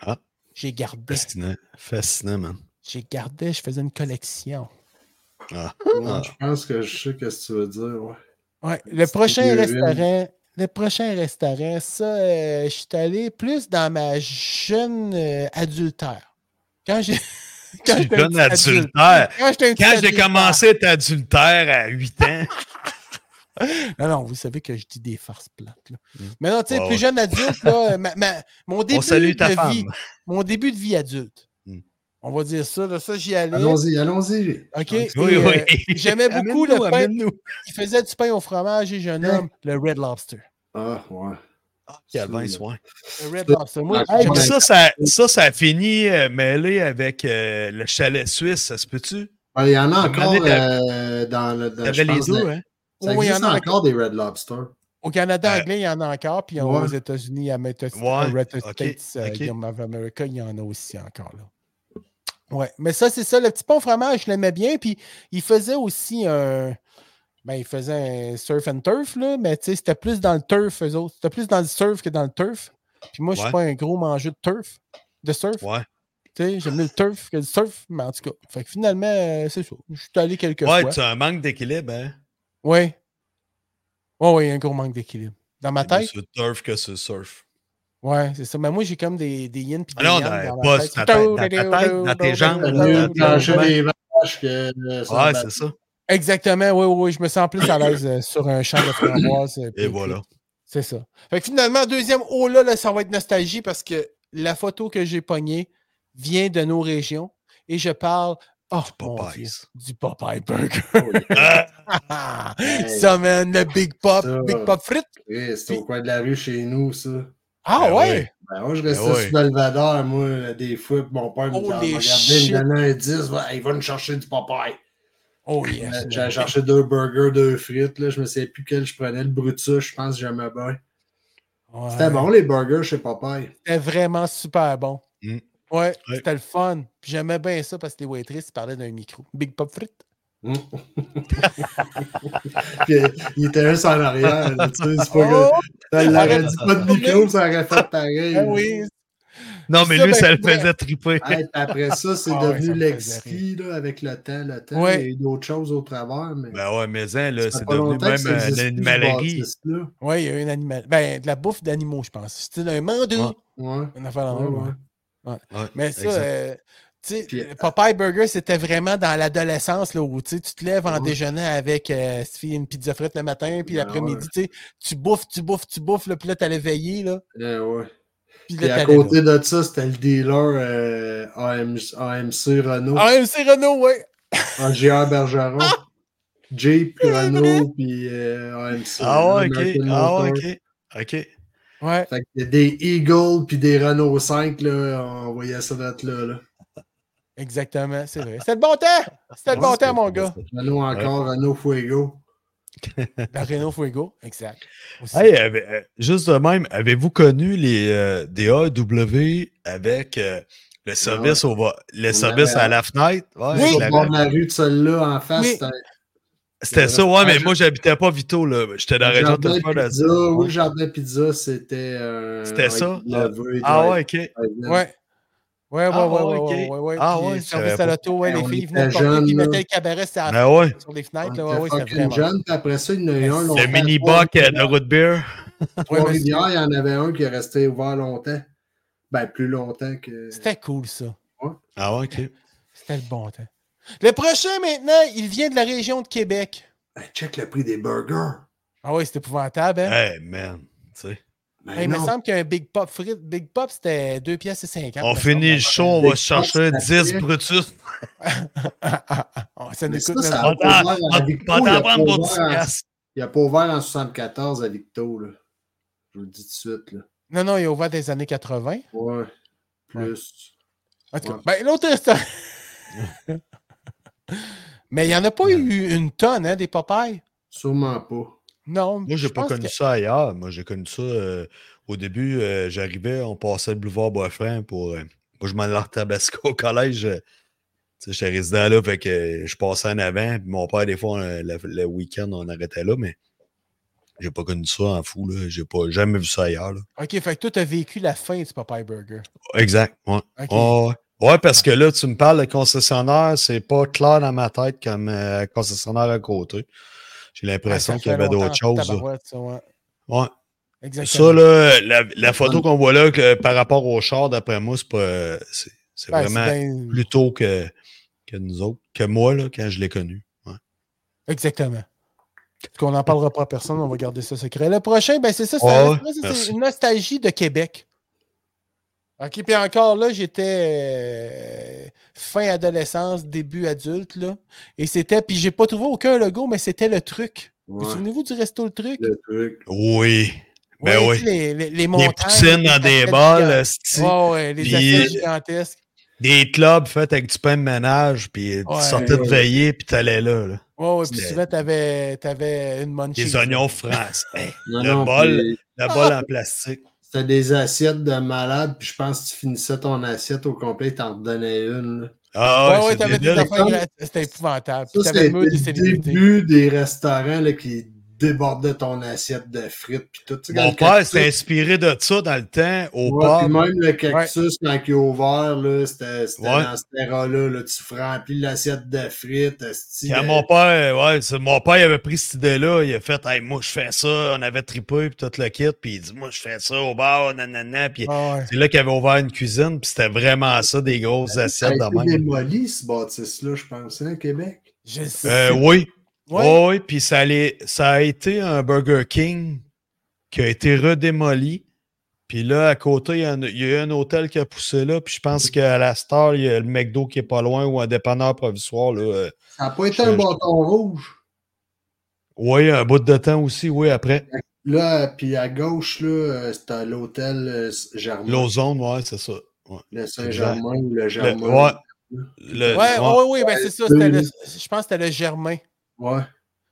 S3: Ah.
S1: J'ai gardé.
S3: Fascinant. Fascinant, man.
S1: J'ai gardé. Je faisais une collection.
S3: Ah.
S2: Ouais, Je pense que je sais ce que tu veux dire. ouais.
S1: Ouais, le prochain
S2: vieux
S1: restaurant, le prochain restaurant, ça, euh, je suis allé plus dans ma jeune euh, adultère. Quand j'ai. quand
S3: Tu
S1: j'étais un
S3: donnes
S1: petit adulte.
S3: adultère.
S1: Quand j'étais un petit
S3: Quand j'ai
S1: adultère. Ah,
S3: commencé à être adultère à 8 ans,
S1: Non, non, vous savez que je dis des farces plates. là. Mais non, tu sais,
S3: Ouais,
S1: plus
S3: ouais.
S1: jeune adulte, là, euh, ma- ma- mon début
S3: Mm. on salue ta
S1: de
S3: femme.
S1: vie. Mon début de vie adulte.
S3: Hmm.
S1: On va dire ça, là, ça, j'y allais.
S2: Allons-y, allons-y.
S1: OK.
S2: Oui,
S1: et,
S3: oui,
S1: euh,
S3: oui.
S1: J'aimais beaucoup
S3: Amène-nous,
S1: le pain
S3: amène-nous.
S1: qui faisait du pain au fromage et jeune
S2: Hein?
S1: homme, le Red Lobster.
S2: Ah, ouais.
S3: Ah, Calvin, soin.
S1: Le Red Lobster. Moi,
S2: Ah,
S3: Hey,
S1: j'aimais
S3: puis ça, ça, ça, ça a fini euh, mêlé avec euh, le chalet suisse, ça se peut-tu?
S2: Ouais, Il y en a
S3: Une année,
S2: encore
S3: t'as-
S2: euh, dans le. dans-
S3: Il y
S2: Euh, je
S3: avait les
S2: pense,
S3: deux,
S2: la-
S3: hein?
S2: Ça
S1: Oui, il y en
S2: existe
S1: a
S2: encore des Red Lobster.
S1: Au Canada
S3: Euh,
S1: anglais, il y en a encore, puis aux
S2: ouais.
S1: États-Unis, à United
S3: Ouais, ok,
S1: States, euh,
S3: ok.
S1: Guillemot of America, il y en a aussi encore là. Ouais, mais ça, c'est ça. Le petit pont fromage, je l'aimais bien, puis il faisait aussi un. Ben, il faisait un surf and turf, là, mais tu sais, c'était plus dans le turf, eux autres. C'était plus dans le surf que dans le turf. Puis moi, je suis
S3: Ouais.
S1: pas un gros mangeur de turf, de surf.
S3: Ouais.
S1: Tu sais, j'aime mieux le turf que le surf, mais en tout cas. Fait que finalement, euh, c'est ça. Je suis allé quelques
S3: Ouais,
S1: fois.
S3: tu as un manque d'équilibre, hein?
S1: Ouais. Ouais, ouais, il y a un gros manque d'équilibre. Dans ma
S3: T'es
S1: tête.
S3: Plus sur turf que sur surf.
S1: Ouais, c'est ça. Mais moi, j'ai comme des, des yin pis des
S3: Non,
S1: yang
S3: dans-
S1: dans la
S3: pas
S1: tête.
S3: dans ta tête, dans ta tête, dans tes
S1: Euh,
S3: jambes,
S2: T'as
S3: dans
S2: mieux
S3: dans-
S2: plancher
S3: dans-
S2: des vaches que euh, le
S3: Ouais,
S2: sandbag.
S3: c'est ça.
S1: Exactement, oui, oui, oui, je me sens plus à l'aise euh, sur un champ de framboise. euh,
S3: Et
S1: puis-
S3: voilà.
S1: C'est ça. Fait que finalement, deuxième, oh là, là, ça va être nostalgie parce que la photo que j'ai pognée vient de nos régions et je parle oh, mon Dieu,
S3: Popeyes.
S1: du Popeye Burger.
S3: Ah,
S1: ça, man, le Big Pop,
S2: Ça.
S1: Big Pop frites.
S2: Oui, C'était au coin de la rue chez nous, ça.
S1: Ah
S3: Ben
S1: ouais?
S3: oui.
S2: Ben, moi, je restais
S3: Ben ouais.
S2: sur Belvedere, moi, euh, des fois, puis mon père me
S1: Holy
S2: regardait, il
S1: shit.
S2: me donnait un 10, ouais, il va nous chercher du Popeye. Euh,
S1: Oh yes.
S2: J'allais chercher deux burgers, deux frites, là, je ne sais plus quel je prenais, le Brutus, je pense que j'aimais bien.
S1: Ouais.
S2: C'était bon, les burgers chez Popeye.
S1: C'était vraiment super bon.
S3: Mm.
S1: Ouais,
S3: Ouais.
S1: c'était le fun. Puis J'aimais bien ça parce que les waitresses ils parlaient d'un micro. Big Pop frites.
S2: Mm. Puis, il était juste en arrière, là, tu sais, c'est pas que...
S1: Oh,
S2: Elle l'aurait dit pas de micro, ça aurait fait pareil.
S1: ben oui.
S3: Non, mais
S1: Ça,
S3: lui,
S1: ben,
S3: ça le
S1: ouais.
S3: faisait triper.
S2: Hey, puis après ça, c'est
S1: Ah ouais, ça
S2: devenu
S1: me faisait
S2: l'exquis, là, avec le temps, le temps.
S1: Ouais.
S2: Il y a eu d'autres choses au travers, mais...
S3: Ben ouais, mais hein, là,
S2: Ça fait
S3: c'est
S2: pas
S3: devenu
S2: longtemps que
S3: même
S2: ça
S3: euh,
S2: existe plus, ce
S3: l'animalerie.
S2: bâtisse-là.
S1: Ouais, il y a eu un animal. Ben, de la bouffe d'animaux, je pense. C'était un mandu.
S3: Ouais.
S2: Ouais.
S1: Une affaire dans le
S2: Ah. Ouais,
S1: même,
S2: ouais.
S1: Ah ouais.
S3: Ouais,
S1: Mais ça,
S3: exact.
S1: euh, tu sais,
S2: Puis-
S1: Popeye Burger, c'était vraiment dans l'adolescence, là, où tu sais, tu te lèves en
S2: Ouais.
S1: déjeunant avec euh, si tu fais une pizza frite le matin, puis
S2: Ben
S1: l'après-midi, tu sais, tu bouffes, tu bouffes, tu bouffes, là, puis là, t'allais veiller, là.
S2: Eh ouais.
S1: Puis
S2: Puis
S1: là,
S2: à
S1: t'allais.
S2: côté de ça, c'était le dealer euh, AM AMC Renault,
S1: Ah, c'est Renault, ouais!
S2: AGR Bergeron, Jeep,
S1: C'est vrai.
S2: Renault, puis euh, AMC.
S3: Ah ouais, ok.
S2: American
S3: Ah
S2: Motor.
S3: ouais, ok. Ok.
S1: Ouais.
S2: Fait que des Eagle puis des Renault 5, là, on voyait ça d'être là, là.
S1: Exactement, c'est vrai. C'était le bon temps!
S3: Ah,
S1: C'était le bon temps, mon gars.
S2: Renault encore, Renault Fuego.
S1: La Renault Fuego, exact. Aussi.
S3: Hey, avez- euh, juste de même, avez-vous connu les euh, des AEW avec euh, le service, au va- le
S2: On
S3: service
S2: avait-
S3: à la fenêtre? Ouais,
S1: Oui.
S2: Sur
S3: avec
S2: le
S3: la-
S2: bord de la rue de celle-là, en face,
S1: Oui.
S2: c'était
S3: C'était ça, ouais, mais moi, j'habitais pas Vito, là. J'étais dans la région de
S2: Jardin
S3: Telford à-
S2: Pizza. Oui, Jardin Pizza, c'était... euh,
S3: C'était ça?
S2: levé,
S3: Ah ouais, ok.
S2: drive-in.
S1: Ouais. Ouais, ouais,
S3: Ah,
S1: ouais,
S3: ouais,
S1: ouais,
S3: ok.
S1: ouais, ouais, ouais.
S3: Ah,
S1: Puis, euh,
S3: ouais, je
S1: service
S3: savais
S1: à
S3: pas.
S1: l'auto, ouais, les
S2: On
S1: filles
S2: était
S1: venaient de porter,
S2: jeunes,
S1: puis ils
S2: là.
S1: mettaient le cabaret
S2: Ah,
S1: sur la-
S3: Ben ouais.
S1: sur les fenêtres, là.
S2: On
S1: Ouais, ouais, c'était
S2: était fucking
S1: vraiment.
S2: jeune, puis après ça, il y en a eu un longtemps.
S3: Le mini-buck euh, de root beer.
S1: Ouais, mais
S2: Trois-Rivières, il y en avait un qui est resté ouvert longtemps. Ben, plus longtemps que.
S1: C'était cool, ça.
S3: Ah ouais, ok.
S1: C'était le bon temps. Le prochain, maintenant, il vient de la région de Québec.
S2: Hey, check le prix des burgers.
S1: Ah oui, c'est épouvantable, hein?
S3: Hey, Eh, man. tu sais.
S2: Ben
S1: Hey, il me
S2: non.
S1: semble qu'un Big Pop frite, Big Pop, c'était 2 pièces et 50.
S3: On finit le show, on va se chercher
S2: Des
S3: 10
S2: fois,
S3: Brutus.
S1: ça Ah,
S2: Mais
S1: nous
S2: ça,
S1: coûte
S2: ça
S1: notre-
S2: a
S3: On
S2: pas ouvert à Victo, il
S3: t'en
S2: a pas
S3: prendre pour
S2: ouvert
S3: 10
S2: en-
S3: piastres.
S2: Il a pas ouvert en 74 à Victo, là. Je vous le dis tout de suite, là.
S1: Non, non, il est ouvert des années 80.
S2: Ouais. Plus.
S1: En tout cas,
S2: Ouais.
S1: ben, l'autre restaurant. Mais il n'y en a pas eu une tonne, hein, des Popeyes?
S2: Sûrement pas.
S1: Non.
S3: Moi, j'ai
S1: je
S3: pas
S1: pense
S3: connu
S1: que-
S3: ça ailleurs. Moi, j'ai connu ça euh, au début. euh, J'arrivais, on passait le boulevard Boisfranc pour. euh, moi, je m'en allais à Tabasco au collège. euh, tu sais, j'étais résident là, fait que euh, je passais en avant. Puis mon père, des fois, on- le, le week-end, on arrêtait là, mais j'ai pas connu ça en fou. là. J'ai pas jamais vu ça ailleurs. là.
S1: Ok, fait que toi, t'as vécu la fin du Popeye Burger.
S3: Exact. Ouais.
S1: Ok. Ah,
S3: Ouais, ouais. Ouais, parce que là, tu me parles de concessionnaire, c'est pas clair dans ma tête comme euh, concessionnaire à côté.
S1: Ah, ça
S3: J'ai l'impression qu'il y
S1: fait
S3: avait
S1: longtemps,
S3: d'autres choses. là.
S1: tabarouette, ça, ouais.
S3: Ouais.
S1: Exactement.
S3: Ça, là, la, la photo
S2: Ouais.
S3: qu'on voit là que, par rapport au char, d'après moi, c'est pas. euh, C'est c'est
S1: Ben, c'est
S3: vraiment
S1: bien-
S3: plus tôt que, que nous autres, que moi, là, quand je l'ai connu. Ouais.
S1: Exactement. Parce qu'on n'en parlera pas à personne, on va garder ça secret. Le prochain, ben c'est ça, c'est
S3: Ouais,
S1: un-
S3: ouais,
S1: ça, c'est
S3: merci.
S1: une nostalgie de Québec. OK, puis encore là, j'étais euh, fin adolescence, début adulte, là. Et c'était, puis j'ai pas trouvé aucun logo, mais c'était le truc. Vous
S2: Ouais.
S1: souvenez-vous du resto Le Truc?
S2: Le truc.
S3: Oui. Ben
S1: Ouais,
S3: oui.
S1: tu sais, Les, les, les
S3: Des
S1: montagnes,
S3: poutines
S1: les
S3: dans des
S1: assiettes
S3: balles,
S1: gigantes.
S3: esti.
S1: Ouais, ouais, les
S3: Puis-
S1: assiettes gigantesques.
S3: des clubs faits avec du pain de ménage, puis tu
S1: Ouais.
S3: sortais de veillée, puis t'allais là, là.
S1: Ouais, ouais, puis
S3: C'était-
S1: souvent, t'avais, t'avais une munchie.
S3: Des oignons français. Hey,
S2: Non,
S3: Le
S2: non,
S3: bol.
S2: puis
S3: la
S1: Ah!
S3: balle en plastique.
S2: C'était des assiettes de malade, puis je pense que tu finissais ton assiette au complet, t'en redonnais une. là.
S3: Ah,
S1: Ouais, ouais,
S3: c'est
S1: t'avais des
S3: débile.
S1: affaires gratuites. C'était épouvantable. Puis
S2: Ça,
S1: t'avais
S2: c'était
S1: le mur des
S2: le
S1: célébrités.
S2: début des restaurants là, qui débordait ton assiette de frites. Puis tout. Tu sais, quand
S3: Mon
S2: le
S3: père
S2: cactus-
S3: s'est inspiré de ça dans le temps, au
S2: Ouais,
S3: pub.
S2: puis même le cactus, quand il est ouvert, là, c'était c'était
S3: Ouais.
S2: dans cet era-là, là, tu remplis l'assiette de frites. esti,
S3: Quand
S2: euh,
S3: mon père, ouais, c'est- mon père il avait pris cette idée-là, il a fait Hey, moi je fais ça, on avait trippé puis tout le kit, puis il dit moi je fais ça au bar, nanana, puis
S1: Ah ouais.
S3: c'est là qu'il avait ouvert une cuisine, puis c'était vraiment ça, des grosses
S2: Ça a
S3: assiettes de
S2: été
S3: même.
S2: démoli, ce bâtisse-là, je pense, hein, Québec.
S1: Je sais.
S3: Euh, oui,
S1: Ouais.
S3: oui, oui, puis ça, allait- ça a été un Burger King qui a été redémoli. Puis là, à côté, il y, a un- il y a eu un hôtel qui a poussé là. Puis je pense qu'à la Star, il y a le McDo qui est pas loin ou un dépanneur provisoire. Là, euh,
S2: Ça n'a pas été
S3: Je-
S2: un bâton rouge.
S3: Oui, un bout de temps aussi, oui, après.
S2: Là, puis à gauche, là, euh, c'était l'hôtel euh, Germain.
S3: L'ozone, oui, c'est ça. ouais.
S2: Le Saint-Germain ou le
S3: Le-
S2: Germain.
S3: ouais. Le-
S1: Ouais,
S3: euh, ouais.
S1: ouais, ouais, ben c'est ça. c'était
S2: euh,
S1: le- je pense que c'était le Germain.
S2: Ouais.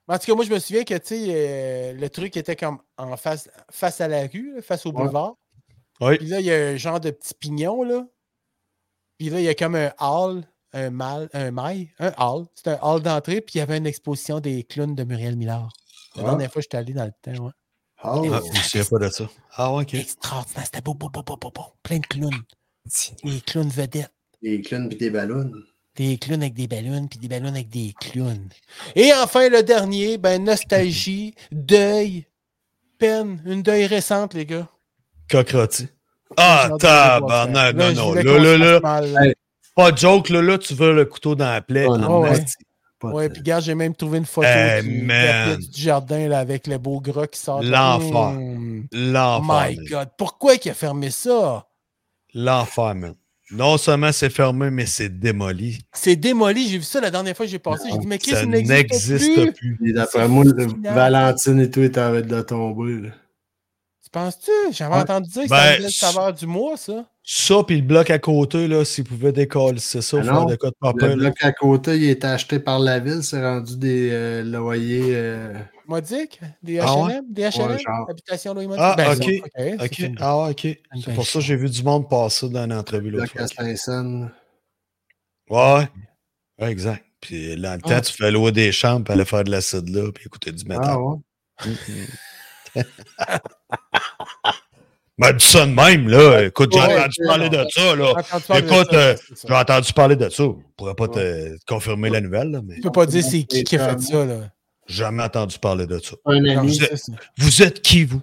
S1: En tout cas, moi, je me souviens que tu sais, euh, le truc était comme en face, face à la rue, là, face au
S2: Ouais.
S1: boulevard.
S3: Oui.
S1: Puis là, il y a un genre de petit pignon, là. Puis là, il y a comme un hall, un mal, un mail, un hall. C'est un hall d'entrée, puis il y avait une exposition des clowns de Muriel Millard. La
S2: Ouais.
S1: dernière fois, j'étais allé dans le temps, ouais.
S2: Oh.
S3: Ah, je me souviens pas de ça. Ah, ouais, ok.
S1: Extraordinaire, c'était beau, beau, beau, beau, beau, beau. Plein de clowns. Des clowns vedettes.
S2: Des clowns pis des ballons.
S1: Des clowns avec des ballons, puis des ballons avec des clowns. Et enfin, le dernier, ben, nostalgie, deuil, peine, une deuil récente, les gars.
S3: Cockrotti. Ah,
S1: Genre de-
S3: tabarnak. Non,
S1: je
S3: non.
S1: voulais
S3: Là,
S1: qu'on
S3: là,
S1: se
S3: là.
S1: fasse mal, là.
S3: Pas de joke, là, là, tu veux le couteau dans la plaie.
S2: Oh,
S3: en
S2: non,
S1: ouais.
S3: esti.
S2: Pas
S1: Ouais,
S2: de-
S1: puis regarde, j'ai même trouvé une photo
S3: Hey,
S1: du,
S3: man.
S1: tapis du jardin là, avec le beau gras qui sort.
S3: L'enfer.
S1: Hmm.
S3: L'enfer.
S1: My
S3: man.
S1: God, pourquoi il a fermé ça?
S3: L'enfer, man. Non seulement c'est fermé, mais c'est démoli.
S1: C'est démoli, j'ai vu ça la dernière fois que j'ai passé. J'ai dit, mais qu'est-ce
S3: Ça
S1: qui n'existe
S3: n'existe
S1: plus?
S3: plus.
S2: Et D'après moi, le-
S1: Final.
S2: Valentine et tout est en train de tomber. là.
S1: Tu penses-tu? J'avais
S2: Ouais.
S1: entendu dire que
S3: Ben,
S1: c'était la saveur du mois, ça.
S3: Ça, puis le bloc à côté, là, s'il pouvait décoller, c'est ça,
S2: Ah
S3: faire
S2: non,
S3: de quoi de
S2: Le
S3: papa. ben, là.
S2: bloc à côté, il est acheté par la ville, c'est rendu des euh, loyers. euh,
S1: Modique? Des
S3: Ah
S1: H&M?
S3: ouais?
S1: Des H&M?
S2: Ouais, genre.
S1: Habitation Louis
S3: Ah, ok.
S1: ça, c'est
S3: Ok.
S1: une-
S3: Ah, ouais, ok. C'est pour ça que j'ai vu du monde passer dans l'entrevue l'autre
S2: bloc
S3: fois.
S2: à Saint-Saëns.
S3: Ouais. ouais, exact. Puis dans le temps,
S1: Ah.
S3: tu fais louer des chambres, puis aller faire de l'acide là, puis écouter du métal.
S2: Ah ouais.
S3: Ben, dis ça de même, là. Écoute, j'ai
S1: Ouais,
S3: entendu
S1: ouais,
S3: parler
S1: non.
S3: de ça, là.
S1: Quand tu parles de
S3: Écoute,
S1: ça,
S3: euh,
S1: c'est ça.
S3: J'ai entendu parler de ça. Je ne pourrais pas te, te confirmer la nouvelle, là, mais
S1: Tu peux pas dire c'est qui qui a fait ça, là.
S3: jamais entendu parler de ça.
S2: Un
S1: Non,
S2: ami.
S1: c'est ça.
S3: Vous êtes qui, vous?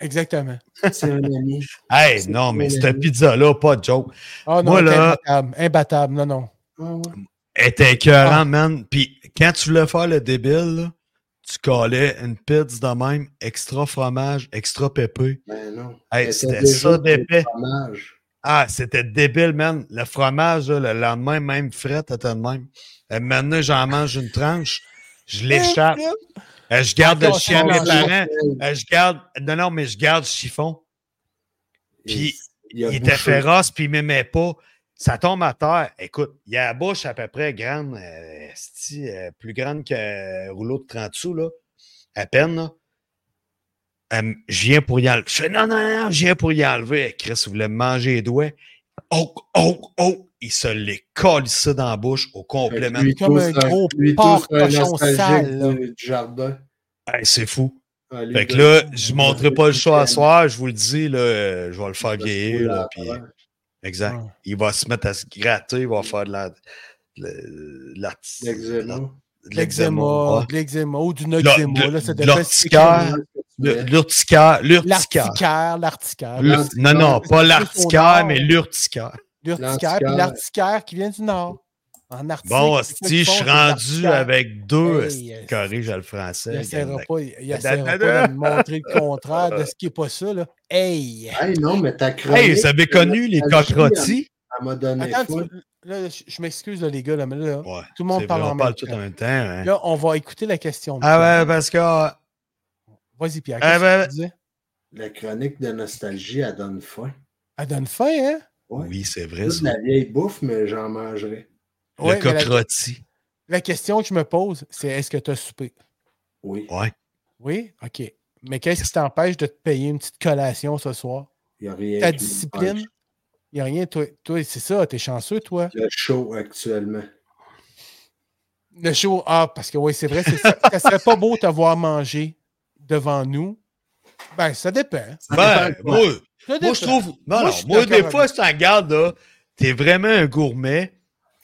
S1: Exactement.
S2: C'est un ami.
S3: Hey,
S2: C'est
S3: non,
S2: qui,
S3: mais
S2: mon
S3: cette
S2: ami?
S3: pizza-là, pas de joke.
S1: Ah non,
S3: Moi,
S1: elle était
S3: là-
S1: imbattable. Imbattable, non, non.
S2: Ah ouais.
S3: Elle était écœurante,
S1: Ah.
S3: man. Puis quand tu voulais faire le débile, là, tu collais une pizza de même, extra fromage, extra pépé.
S2: Ben non.
S3: Hey,
S2: Mais
S3: c'était
S2: t'as déjà
S3: ça
S2: fait
S3: d'épais.
S2: le fromage.
S3: Ah, c'était débile, man. Le fromage, là, le lendemain, même fret, t'as de même. Euh, Maintenant, j'en mange une tranche, je
S1: Ah,
S3: l'échappe. Euh, je garde le
S1: Encore,
S3: chien à
S2: Ah,
S3: mes
S1: c'est
S3: parents. Euh, je garde. Non, non, mais je garde le chiffon. Puis,
S2: a
S3: Il était
S2: bouché.
S3: féroce, puis il m'aimait pas. Ça tombe à terre. Écoute, il a la bouche à peu près grande, euh, esti, euh, plus grande qu'un rouleau de 30 sous, là. À peine, là. Euh, je viens pour y enlever. Je fais non, non, non, je viens pour y enlever. Chris voulait me manger les doigts. Oh, oh, oh! Il se les colle ça dans la bouche au
S2: Fait que
S3: complet, man.
S2: lui
S1: Comme
S2: tous,
S1: un
S2: c'est
S1: gros
S2: lui tous, c'est un
S1: porc-cochon
S2: nostalgique
S1: sale, là.
S2: du- du jardin.
S3: Hey, c'est fou.
S2: Ah, lui,
S3: Fait que
S2: il
S3: là,
S2: doit-
S3: je ne montrerai pas le show à soir, je vous le dis, là, euh, je vais le faire
S2: il doit se
S3: vieillir.
S2: rouler
S3: là,
S2: à
S3: puis-
S2: travers.
S3: Exact.
S1: Ouais.
S3: Il va se mettre à se gratter, il va faire de la. de la- de la-
S2: L'eczéma.
S3: de
S1: De l'eczéma,
S3: ouais.
S1: de l'eczéma ou du
S3: de-
S1: noxéma. Là, ça
S3: de
S1: dépend si c'est quoi.
S3: l'urticaire. Le- L'urticaire. L'urticaire.
S1: L'articaire, l'articaire.
S3: L'ur- Non, non, pas l'articaire,
S1: L'urticaire.
S3: mais l'urticaire.
S1: L'urticaire, puis
S2: L'urticaire.
S1: l'articaire qui vient du Nord. En Arctique.
S3: Bon,
S1: c'est
S3: hostie,
S1: quoi qu'ils
S3: je suis
S1: font, c'est
S3: rendu
S1: l'articaire.
S3: avec deux.
S1: Hey,
S3: hostie,
S1: yes.
S3: Corrige le
S1: Il
S3: français.
S1: n'essaiera
S3: gang.
S1: pas, il
S3: Da,
S1: essaiera
S3: da, da.
S1: pas de me montrer le contraire de ce qui n'est pas ça. Là. Hey!
S2: Hey, non, mais ta chronique.
S3: Hey, vous avez connu les
S1: hein.
S2: nostalgie,
S3: cockrotis?
S2: Ça m'a donné
S1: Attends,
S2: faim.
S1: tu- là, je, je m'excuse, là, les gars, là, mais là,
S3: Ouais.
S1: tout le monde
S3: c'est
S1: parle
S3: vrai,
S1: en
S3: on
S1: même
S3: parle tout
S1: temps.
S3: en même temps. hein.
S1: Là, on va écouter la question. de
S3: Ah
S1: Pierre.
S3: ouais, parce que. ah,
S1: Vas-y, Pierre. qu'est-ce
S3: Ah
S1: que
S3: ben-
S1: tu disais?
S2: La chronique de nostalgie, elle donne faim.
S1: Elle donne faim, hein?
S2: Ouais.
S3: Oui, c'est vrai.
S2: Toute
S3: ça.
S2: la vieille bouffe, mais j'en mangerai.
S3: Le
S1: Ouais, mais la,
S3: cockrotis.
S1: la question que je me pose, c'est est-ce que tu as soupé?
S2: Oui.
S3: Ouais.
S1: Oui? OK. Mais qu'est-ce qui t'empêche de te payer une petite collation ce soir?
S2: Il n'y a rien.
S1: Ta
S2: qui me
S1: discipline?
S2: manque.
S1: Il n'y a rien. Toi, toi, c'est ça, t'es chanceux, toi.
S2: Le show actuellement.
S1: Le show up, parce que oui, c'est vrai, c'est ça, ça serait pas beau t'avoir mangé devant nous. Ben, ça dépend.
S3: Ben,
S2: dépend,
S3: moi,
S1: Ça
S3: moi, je
S1: dépend.
S3: trouve. Non,
S1: Moi,
S3: non,
S1: je suis
S3: moi,
S1: d'accord
S3: des fois,
S1: avec-
S3: je t'en garde, là. T'es vraiment un gourmet.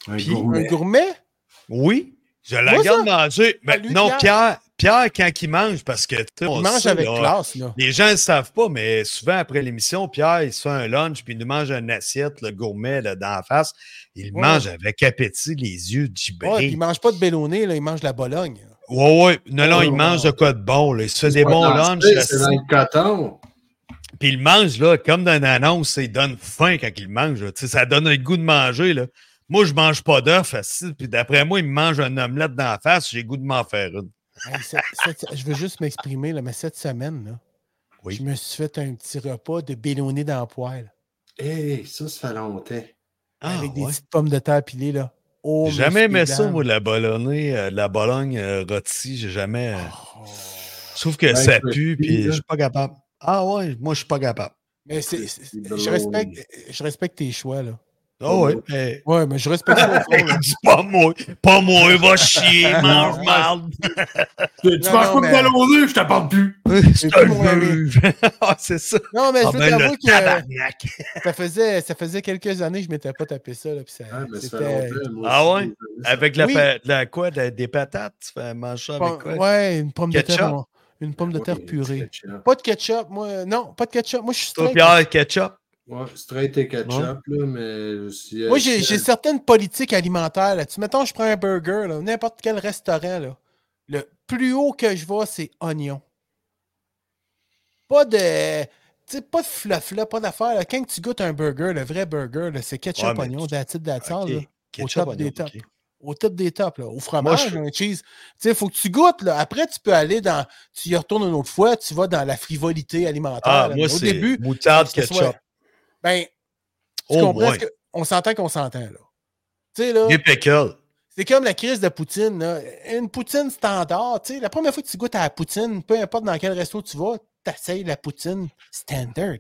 S2: Un
S3: Puis-
S1: Un
S2: gourmet.
S1: gourmet?
S3: Oui, je la
S1: Moi,
S3: garde manger. Mais
S1: Salut,
S3: non, Pierre.
S1: Pierre.
S3: Pierre, quand il mange, parce que, tu sais, on
S1: Il
S3: le
S1: mange
S3: sait,
S1: avec
S3: là,
S1: classe, là.
S3: Les gens ne le savent pas, mais souvent après l'émission, Pierre, il se fait un lunch puis il nous mange une assiette, le gourmet là, d'en face. Il
S1: Ouais.
S3: mange avec appétit, les yeux
S1: Ouais, puis
S3: gibrés.
S1: il mange pas de bélonné, là, il mange de la Bologne.
S3: Ouais, ouais. Non, non, il
S2: Ouais.
S3: mange de quoi de bon. là. Il se fait des
S2: C'est
S3: bons
S2: pas dans
S3: lunchs.
S2: le
S3: là,
S2: steak, C'est dans le coton.
S3: Puis il mange, là, comme dans une annonce, il donne faim quand il mange. là. Tu sais, Ça donne un goût de manger. Là. Moi, je mange pas d'œufs. assis, Puis d'après moi, il me mange un omelette d'en face. J'ai le goût de m'en faire une.
S1: Hey, cette- cette- je veux juste m'exprimer, là, mais cette semaine, là,
S3: Oui.
S1: je me suis fait un petit repas de bélonné dans le poêle
S2: Hey, ça, ça fait longtemps.
S1: avec des
S3: Ah, ouais.
S1: petites pommes de terre pilées. Là. Oh,
S3: J'ai jamais aimé
S1: monsieur
S3: ça,
S1: dame.
S3: moi, de la bolognée, euh, de la bologne euh, rôtie. J'ai jamais. euh,
S1: Oh.
S3: Je trouve que
S2: Ouais,
S3: ça
S2: je me
S3: pue,
S2: dis,
S3: puis je
S2: là.
S3: suis pas capable. Ah ouais, moi, je suis pas capable.
S1: Mais c'est- c'est-
S2: C'est de
S1: je, respecte, je respecte tes choix. là.
S3: Ah ouais, mais.
S1: Ouais, mais je respecte ça. au fond, là.
S3: Il dit pas moi, pas moi, va chier, mange marde.
S2: Tu
S1: Non, non, mais-
S2: ballonné, je t'apporte plus.
S3: C'est
S1: pas
S3: un
S1: mon ami.
S3: juge. Ah, c'est ça.
S1: Non, mais je
S3: Ah
S1: veux
S3: ben,
S1: t'avouer
S3: le
S1: que
S3: tabarnak.
S1: ça faisait, ça faisait quelques années que je m'étais pas tapé ça. Là, puis ça
S2: Ah, mais ça
S1: c'était-
S2: fait longtemps. moi
S3: Ah
S2: aussi.
S3: Avec la,
S1: Oui.
S3: pa- la quoi, la- des patates, tu fais manger ça avec quoi?
S1: Ouais, une pomme de
S3: Ketchup?
S1: terre. en- Une pomme de
S2: Ouais,
S1: terre purée.
S2: ketchup.
S1: Pas de ketchup, moi. Non, pas de ketchup. Moi, je suis
S3: Toi,
S1: straight.
S3: Pierre, ketchup.
S2: Ouais, straight et ketchup, là, mais si, euh,
S1: Moi, j'ai
S2: si-
S1: j'ai certaines politiques alimentaires là-dessus. Mettons, je prends un burger, là, n'importe quel restaurant, là. Le plus haut que je vois, c'est oignon. Pas de. Tu sais, pas de fluff, là, pas d'affaire. là. Quand tu goûtes un burger, le vrai burger, là, c'est
S3: Ouais,
S1: ketchup,
S3: mais
S1: oignon,
S3: tu-
S1: d'attitude, d'attitude,
S3: Ok,
S1: là. top des
S3: oignon,
S1: tops.
S3: ok.
S1: au top des tops, là, au fromage,
S3: je-
S1: là, un cheese. Tu sais, faut que tu goûtes, là. Après, tu peux aller dans. Tu y retournes une autre fois, tu vas dans la frivolité alimentaire.
S3: Ah,
S1: là.
S3: moi,
S1: Mais au
S3: c'est
S1: début,
S3: moutarde,
S1: faut que ce soit-
S3: ketchup. Oh,
S1: Ben, tu
S3: Au
S1: comprends
S3: moins.
S1: ce que- On s'entend qu'on s'entend, là. Tu sais, là.
S3: Des pickles.
S1: C'est comme la crise de Poutine. là. Une Poutine standard, tu sais, la première fois que tu goûtes à la Poutine, peu importe dans quel resto tu vas, t'essayes la Poutine standard.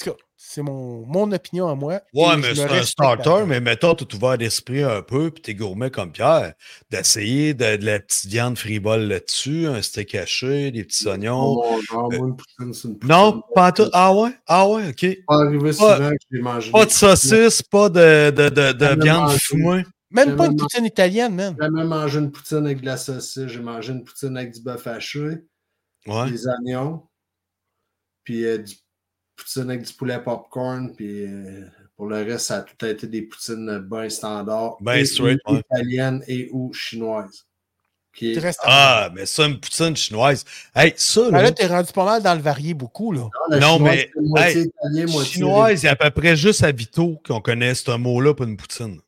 S1: En tout cas, c'est mon, mon opinion à moi.
S3: Ouais,
S1: et
S3: mais
S1: je
S3: c'est
S1: le
S3: un
S1: respecte
S3: starter,
S1: là-dedans.
S3: mais mettons, tu ouvert d'esprit un peu, puis t'es gourmet comme Pierre, d'essayer de, de la petite viande frivole là-dessus, un steak haché, des petits oignons.
S2: Oh, mon Dieu, moi, une poutine, c'est une poutine.
S3: Euh, Non, pas en tout. Ah ouais? Ah ouais, OK.
S2: C'est pas arrivé souvent que j'ai mangé.
S3: Pas de saucisse, pas de, de, de, de
S2: Jamais
S3: viande
S2: mangé.
S3: fumée.
S1: Même pas une
S2: Tellement-
S1: Poutine italienne, man.
S2: J'ai jamais mangé une poutine avec de la saucisse. J'ai mangé une poutine avec du bœuf haché,
S3: Ouais.
S2: des oignons, puis euh, du poutine avec du poulet popcorn. Puis euh, pour le reste, ça a tout été des poutines bien standards.
S3: Ben
S2: et ou
S3: straight, ouais.
S2: Italiennes et ou chinoises. Qui est-
S1: Tu restes à-
S3: Ah, mais ça, une poutine chinoise. Hey, ça,
S1: Ben
S3: là,
S1: là, t'es rendu pas mal dans le varié beaucoup, là.
S2: Ah, la
S3: non,
S2: chinoise,
S3: mais-
S2: c'est moitié
S3: hey,
S2: italien, moitié
S3: chinoise, il y a à peu près juste à Vito qu'on connaît ce mot-là pour une poutine.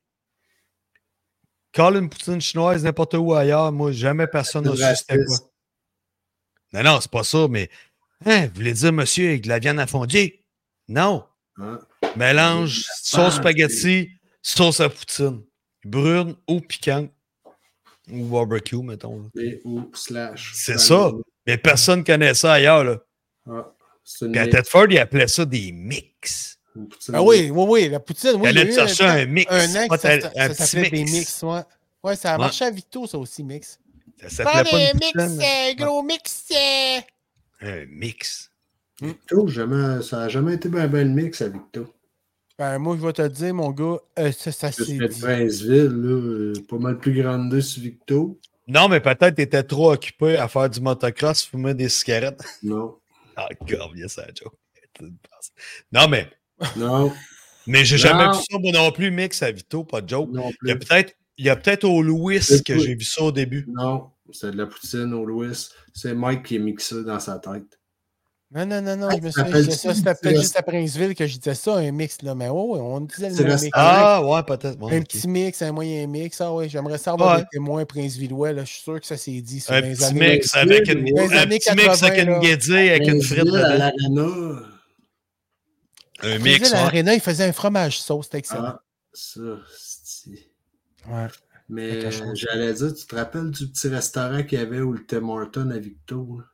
S3: Call une poutine chinoise n'importe où ailleurs, moi, jamais personne n'a su c'était quoi.
S2: raciste.
S3: Non, non, c'est pas ça, mais hein, vous voulez dire, monsieur, avec de la viande à fondier? Non.
S2: Hein?
S3: Mélange sauce spaghetti, sauce à poutine, brune ou piquante, ou barbecue, mettons. là.
S2: Et ou slash.
S3: C'est ça. Mais personne connaît ça ailleurs. Là.
S2: Ah, c'est une
S3: Puis à
S2: mix,
S3: Tedford, il appelait ça des mix.
S2: une poutine
S1: Ah oui, oui, oui, la Poutine,
S3: Il
S1: oui. il y a
S3: allait
S1: eu
S3: chercher
S1: un,
S3: un mix.
S1: un an
S3: pas
S1: que ça,
S3: tel-
S1: ça
S3: petit
S1: s'appelait des mix, ouais. Ouais, ça a
S3: Ouais.
S1: marché à Vito, ça aussi, mix.
S3: Ça s'appelait pas une poutine, là.
S1: euh, gros mix, euh.
S3: Un mix.
S2: Victo, jamais- ça n'a jamais été bien ben le mix à Victo.
S1: Ben, moi, je vais te le dire, mon gars, euh, ça, ça s'est
S2: Jusqu'à
S1: dit.
S2: Princeville, là, euh, pas mal plus grande deux sur Victo.
S3: Non, mais peut-être tu étais trop occupé à faire du motocross, fumer des cigarettes.
S2: Non.
S3: Ah, God, bien ça, Joe. Non, mais,
S2: Non.
S3: mais j'ai
S2: Non.
S3: jamais vu ça, moi non plus, mix à Vito, pas de joke.
S2: Non
S3: Il y a
S2: plus.
S3: peut-être il y a peut-être au Louis
S2: C'est
S3: que
S2: tout.
S3: j'ai vu ça au début.
S2: Non. C'est de la poutine au Louis. C'est Mike qui a mixé dans sa tête.
S1: Non, non, non, non,
S2: Ah,
S1: je me
S2: ça
S1: souviens, je disais ça,
S2: s'appelle-
S1: c'était peut-être juste à Princeville que je disais ça, un mix, là, mais oh, on disait le
S2: C'est
S1: même
S2: le
S1: mix.
S3: Ah, ouais, peut-être.
S1: un
S3: ouais, ok.
S1: petit mix, un moyen mix, ah ouais, j'aimerais savoir
S3: Ouais.
S1: des témoins Princevillois, là, je suis sûr que ça s'est dit. sur
S3: Un
S1: les
S3: petit
S1: années-
S3: mix avec une,
S2: Dans
S1: les
S3: un
S1: années
S3: petit mix avec
S1: 80,
S3: une
S1: là.
S3: guédille, avec une frite
S2: Princeville à
S3: dedans.
S2: l'arena.
S3: Un
S1: Princeville,
S3: mix, hein?
S1: à
S3: ouais.
S1: l'Arena, il faisait un fromage sauce, c'était excellent.
S2: Ah, ça, c'est. Ah.
S1: Ouais.
S2: Mais
S1: Quelque chose.
S2: j'allais dire, tu te rappelles du petit restaurant qu'il y avait où le Tim Horton à Victo? là?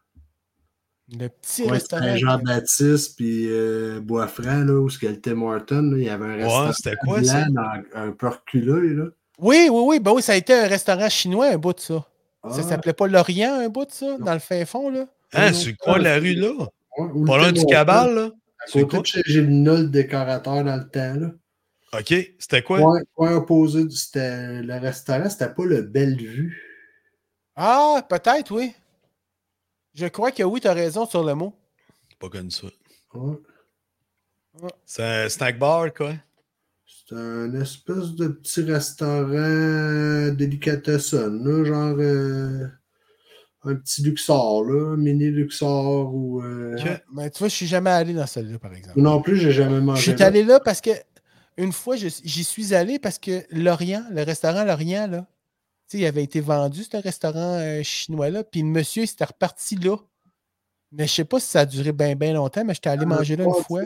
S1: Le petit
S2: Ouais,
S1: restaurant.
S2: c'était Jean-Baptiste puis euh, Boisfranc, là, où ce qu'il y a le Tim Horton, là, il y avait un
S3: Ouais,
S2: restaurant
S3: c'était quoi
S2: blanc
S3: ça?
S2: dans- un peu reculé, là.
S1: Oui, oui, oui. Ben oui, ça a été un restaurant chinois, un bout de ça. Ça
S2: Ah,
S1: s'appelait pas L'Orient, un bout de ça, dans le fin fond, là?
S3: Hein, sur le coin de la rue, là?
S2: ouais, ou le
S3: Pas loin du
S2: Témoin.
S3: cabal, là?
S2: À
S3: C'est
S2: côté
S3: quoi?
S2: de chez Gélinas, le décorateur dans le temps. Là.
S3: OK, c'était quoi?
S2: Point, point opposé, du- c'était le restaurant, c'était pas le Bellevue.
S1: Ah, peut-être, oui. Je crois que oui, tu as raison sur le mot.
S3: Pas connu ça.
S2: Ouais.
S3: C'est un snack bar, quoi?
S2: C'est un espèce de petit restaurant délicatessen, là, genre euh, un petit Luxor, là, un mini Luxor ou. euh,
S3: Ok.
S1: Mais tu vois, je suis jamais allé dans celle-là, par exemple.
S2: Non plus, j'ai jamais
S1: Je
S2: mangé.
S1: suis allé là parce que une fois, je- j'y suis allé parce que Lorient, le restaurant Lorient, là, tu sais, il avait été vendu, ce restaurant euh, chinois-là, puis le monsieur il s'était reparti là. Mais je sais pas si ça a duré bien, bien longtemps, mais j'étais allé
S2: Ah,
S1: manger là une fois.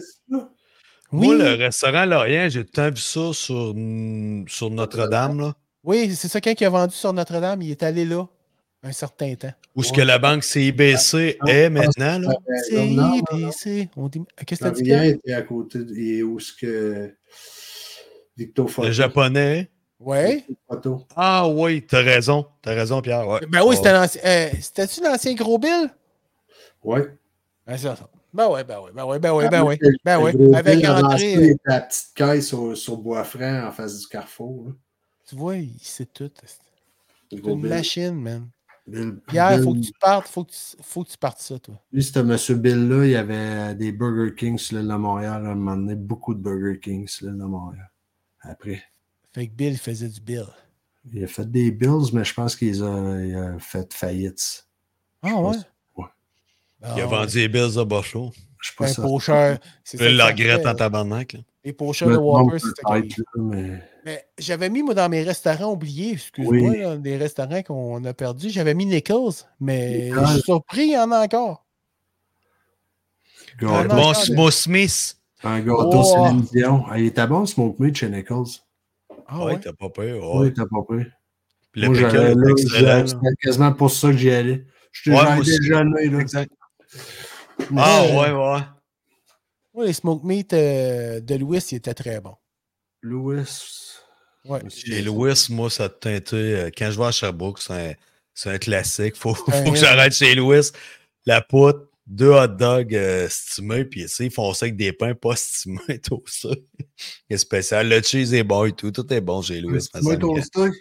S1: Oui,
S3: Moi, le restaurant Lorient, j'ai tout le temps vu ça sur, mm, sur Notre-Dame, là.
S1: oui c'est ça, quelqu'un qui a vendu sur Notre-Dame, il est allé là un certain temps.
S3: Où ce que la banque CIBC
S2: Ah,
S3: est maintenant, là.
S1: C'est
S2: Euh, Non,
S1: IBC, on dit- euh, Qu'est-ce que
S2: le
S1: t'as dit? Pierre?
S2: ben, était à côté de- et où ce que Victor Photo.
S3: Le japonais.
S1: Ouais.
S2: Photo.
S3: Ah oui, t'as raison. T'as raison, Pierre. ouais. Oh,
S1: Ben oui,
S3: Ouais.
S1: c'était l'ancien. euh, C'était-tu l'ancien gros Bill?
S2: Ouais.
S1: Ben, c'est ça. Ben ouais, ben ouais, ben ouais, ben ouais, ben ouais. Ben
S2: Le
S1: ouais,
S2: gros
S1: avec
S2: fil avancé,
S1: André. euh,
S2: était à la petite caille sur, sur bois franc en face du carrefour. là.
S1: Tu vois, il sait tout. C'est
S2: Le gros
S1: une
S2: Bill.
S1: machine, man.
S2: Bill-
S1: Pierre, il faut que
S2: Bill-
S1: tu partes, faut que tu, faut que tu partes ça, toi.
S2: Lui, ce monsieur Bill-là, il y avait euh, des Burger Kings sur l'île de Montréal. À un moment donné, beaucoup de Burger Kings sur l'île de Montréal. Après,
S1: Fait que Bill faisait du Bill.
S2: il a fait des Bills, mais je pense qu'il a, il a fait faillite.
S1: Ah ouais?
S2: Ouais.
S1: Ah,
S3: Il a
S1: ouais.
S3: vendu les Bills de Buffalo.
S2: Je suis
S1: C'est
S2: pas
S1: un
S2: certain.
S1: pocheur. C'est
S3: Il le
S1: ça que
S3: regrette
S1: ça
S3: en
S1: fait.
S3: tabarnak, là.
S1: Les
S2: Je
S1: pocheurs
S2: me
S1: de
S2: trompe
S1: Walker, c'était
S2: peut-être, là, mais
S1: Mais j'avais mis, moi, dans mes restaurants oubliés, excuse-moi,
S2: Oui.
S1: là, des restaurants qu'on a perdus, j'avais mis Nichols, mais
S2: Nichols.
S1: je suis surpris, il y en a encore.
S2: gâteau-
S1: Ah, non,
S3: Bon,
S1: non,
S3: Smo Smith.
S2: un gâteau
S1: Oh.
S2: Céline Dion. Ah, il était bon, Smoke Meat chez Nichols.
S1: Ah
S3: Ouais,
S1: ouais?
S3: t'as pas peur.
S2: Oui, il
S3: ouais.
S2: était pas prêt.
S3: Puis Le
S2: Moi, j'avais-
S3: pickle
S2: là,
S3: est excellent.
S2: j'avais-
S3: là.
S2: C'était quasiment pour ça que j'y allais. Je
S3: Ouais,
S2: t'ai
S3: moi
S2: jamais
S3: aussi.
S2: déjeuné, là.
S3: Exact.
S2: Mais-
S3: Ah ouais, ouais.
S1: Ouais, les smoke meat euh, de Louis, il était très bon.
S2: Louis.
S1: Ouais.
S3: Chez Louis, moi, ça a teinté. euh, Quand je vais à Sherbrooke, c'est un, c'est un classique. Faut, faut
S1: Ouais.
S3: que j'arrête chez Louis. La poutre, deux hot dogs euh, stimés, puis tu sais, ils font ça avec des pains pas stimés, tout ça. C'est spécial. Le cheese est bon et tout. Tout est bon chez Louis. ma
S2: Moi,
S3: famille.
S2: toasté.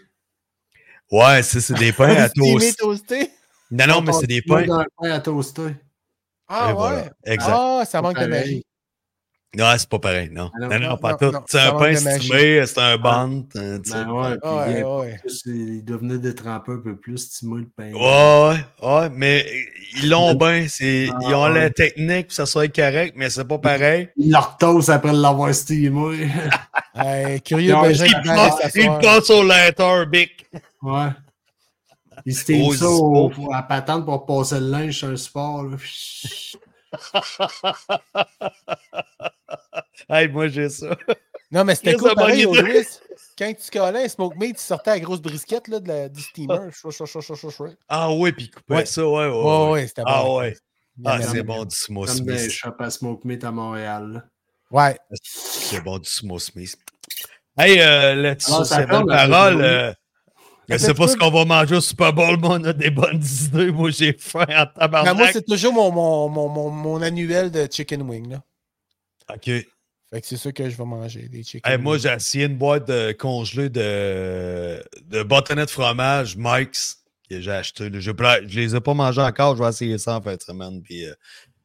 S3: Ouais, c'est c'est des pains à
S1: Steamé,
S3: toast.
S1: toasté.
S3: Non, non, mais c'est des pains.
S2: Dans le pain à toaster.
S1: Ah
S3: Et voilà.
S1: ouais?
S3: Exact.
S1: Ah, ça manque de
S2: Pareil.
S1: magie.
S3: Non, c'est pas pareil, non. Non,
S2: Non,
S3: non,
S1: Ah, non,
S3: pas
S1: non,
S3: tout.
S1: non,
S3: C'est
S1: ça
S3: un
S1: manque
S3: pain
S1: de magie. Ah.
S3: stimé, c'est un band. hein, tu sais.
S2: Ben ouais, puis
S1: Ouais,
S2: bien
S1: ouais.
S2: plus, il devenait détrempé un peu plus, stimulé le pain.
S3: Ouais, ouais, ouais, mais ils l'ont bien. c'est- Ils ont
S2: Ah,
S3: la
S2: ouais.
S3: technique pour que ça soit correct, mais c'est pas pareil.
S2: Il leur toast après l'avoir stimulé.
S1: Hey, curieux
S2: Non,
S1: Benjamin
S3: Ils
S1: qui va aller
S3: passent Ah, ils
S1: s'asseoir.
S3: passent au letter Bic.
S2: ouais. Il stimule
S3: Aux
S2: ça au-
S3: hippos.
S2: à patente pour passer le linge sur un sport. Là.
S3: Hey, moi, j'ai ça.
S1: Non, mais c'était
S3: Chris
S1: cool
S3: a
S1: pareil au
S3: bonne idée.
S1: Louis. Quand tu collais un smoke meat, tu sortais la grosse brisquette là, de la, du steamer. Chou, chou, chou, chou, chou, chou.
S3: Ah ouais, puis couper
S1: Ouais.
S3: ça, ouais, ouais.
S1: Ouais,
S3: ouais.
S1: ouais, c'était bon.
S3: Ah ouais.
S1: Il y en
S3: Ah,
S1: avait
S3: c'est
S1: un.
S3: bon du Smo
S2: Comme des
S3: Smith.
S2: shops à Smoke Meat à Montréal. là.
S1: Ouais.
S3: C'est bon du Smo Smith. Hey, euh, là-dessus,
S2: Alors, ça
S3: c'est belle
S2: ferme, la
S3: parole.
S2: vidéo.
S3: euh, Je sais pas ce qu'on va manger au Super Bowl, mais on a des bonnes idées. Moi, j'ai faim en
S1: Ben, moi,
S3: tabarnak.
S1: c'est toujours mon, mon, mon, mon, mon annuel de chicken wing. Là.
S3: OK.
S1: Fait que c'est ça que je vais manger, des chicken
S3: Hey, moi,
S1: wings.
S3: j'ai essayé une boîte de congelée de, de bâtonnets de fromage Mike's que j'ai acheté. là. Je ne les ai pas mangés encore. Je vais essayer ça en fin de semaine. Puis, euh,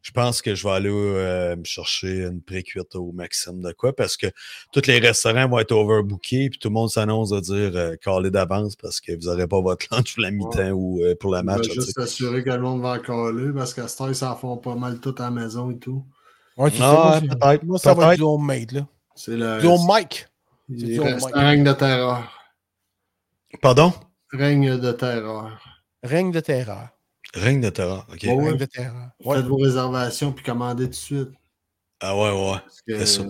S3: je pense que je vais aller euh, me chercher une pré-cuite au maximum de quoi parce que tous les restaurants vont être overbookés. Puis tout le monde s'annonce de dire euh, Callez d'avance parce que vous n'aurez pas votre lunch pour la mi-temps ou euh, pour la
S2: Il va
S3: match. là, tu sais.
S2: juste s'assurer que le monde va encore là parce qu'à ce temps, ils s'en font pas mal tout à la maison et tout.
S1: Ouais, c'est
S3: Ah,
S2: euh,
S1: ça, moi, c'est-
S3: peut-être,
S1: Moi, ça va être
S3: peut-être.
S1: du homemade. Là.
S2: C'est le,
S1: Du home mic. c'est du
S2: les
S1: home
S2: restaurants règne de terreur.
S3: Pardon
S2: Règne de terreur.
S1: Règne de terreur.
S3: Règne de terreur. OK.
S2: Ouais.
S1: Règne de terreur. Ouais,
S2: Faites vos réservations puis commandez tout de suite.
S3: Ah ouais, ouais.
S2: Parce que-
S3: C'est ça.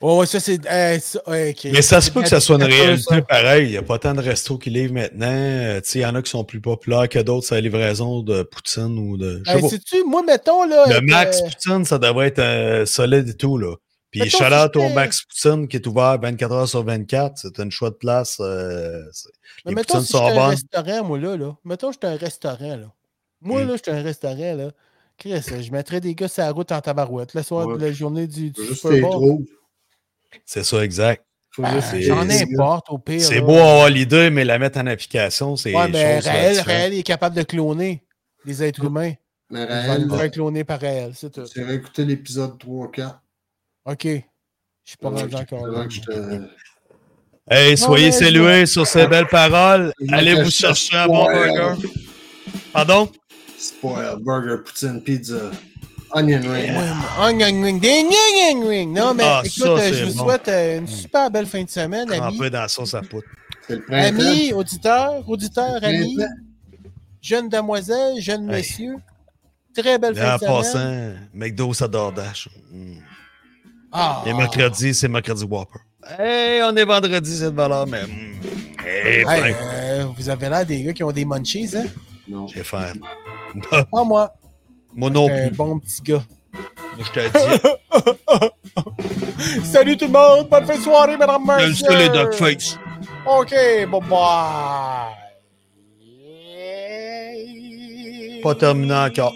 S1: Ouais, ouais, ça, c'est. eh, ça, ouais, ok.
S3: Mais ça se peut que ça soit une
S1: C'est bien
S3: réalité
S1: sûr,
S3: pareil. Il n'y a pas tant de restos qui livrent maintenant. Euh, tu sais, Il y en a qui sont plus populaires que d'autres, c'est la livraison de Poutine ou de. je sais
S1: Hey,
S3: pas.
S1: sais-tu, moi, mettons, là.
S3: Le
S1: avec,
S3: Max
S1: euh,
S3: Poutine, ça devrait être euh, solide et tout. Là. Puis
S1: Mettons,
S3: shout
S1: si
S3: out au
S1: j'étais-
S3: Max Poutine qui est ouvert 24 heures sur 24. C'est une chouette place. euh, c'est-
S1: Mais
S3: les
S1: mettons,
S3: poutines
S1: si
S3: sont
S1: j'étais un
S3: bonnes.
S1: restaurant, moi, là, là. Mettons, j'étais un restaurant, là. Moi,
S3: Mm.
S1: là, j'étais un restaurant, là. Chris, je mettrais des gars sur la route en tabarouette. La soirée,
S2: Ouais.
S1: la journée du, du
S2: Juste
S1: Super
S2: tes
S1: Bowl.
S2: trous.
S3: C'est ça, exact.
S2: Faut
S1: Ah,
S2: juste-
S3: c'est-
S1: J'en
S3: c'est-
S1: importe, au pire.
S3: C'est
S1: là. euh,
S3: beau avoir l'idée, mais la mettre en application, c'est
S1: Ouais, mais
S3: chose
S1: Raël,
S3: différente.
S1: Raël est capable de cloner les êtres humains.
S2: Mais
S1: Il va nous
S2: Raël,
S1: faire cloner par Raël, c'est tout.
S2: tu vas écouter l'épisode 3-4.
S1: OK. Je suis pas rendu encore là.
S2: Avant que je te-
S3: Hey, soyez
S1: mais-
S3: salués sur ces belles paroles.
S2: Il
S3: Allez
S2: manque
S3: vous
S2: un
S3: chercher un bon
S2: spoil.
S3: burger. Pardon?
S2: Spoil, burger, poutine, pizza, onion ring.
S1: Ouais, moi, ong, ong, ring, ding, ong, ong, ring. Non, mais
S3: Ah,
S1: écoute,
S3: ça,
S1: euh, je
S3: c'est
S1: vous
S3: bon.
S1: souhaite euh, une super belle fin de semaine, amis.
S3: Trempé dans la sauce à poutre.
S2: C'est le printemps.
S1: Amis, auditeurs, auditeurs, amis,
S2: Printemps.
S1: jeunes demoiselles, jeunes
S3: Hey.
S1: messieurs, très belle
S3: Là,
S1: fin
S3: en
S1: de semaine.
S3: passant, McDo, ça dort dash. Mm.
S1: Ah,
S3: Et mercredi, c'est mercredi Whopper. Hey, on est vendredi, c'est de valeur, mais. mm, Hey,
S1: hey,
S3: ben,
S1: euh, vous avez l'air des gars qui ont des munchies, hein?
S2: Non.
S3: j'ai faim.
S1: Pas moi,
S3: Moi non
S1: un
S3: plus,
S1: bon petit gars.
S3: moi, je te dis.
S1: Salut tout le monde, bonne fin de soirée, mesdames,
S3: Même
S1: messieurs.
S3: ça, les duckface.
S1: OK, bye-bye.
S3: Pas terminé encore.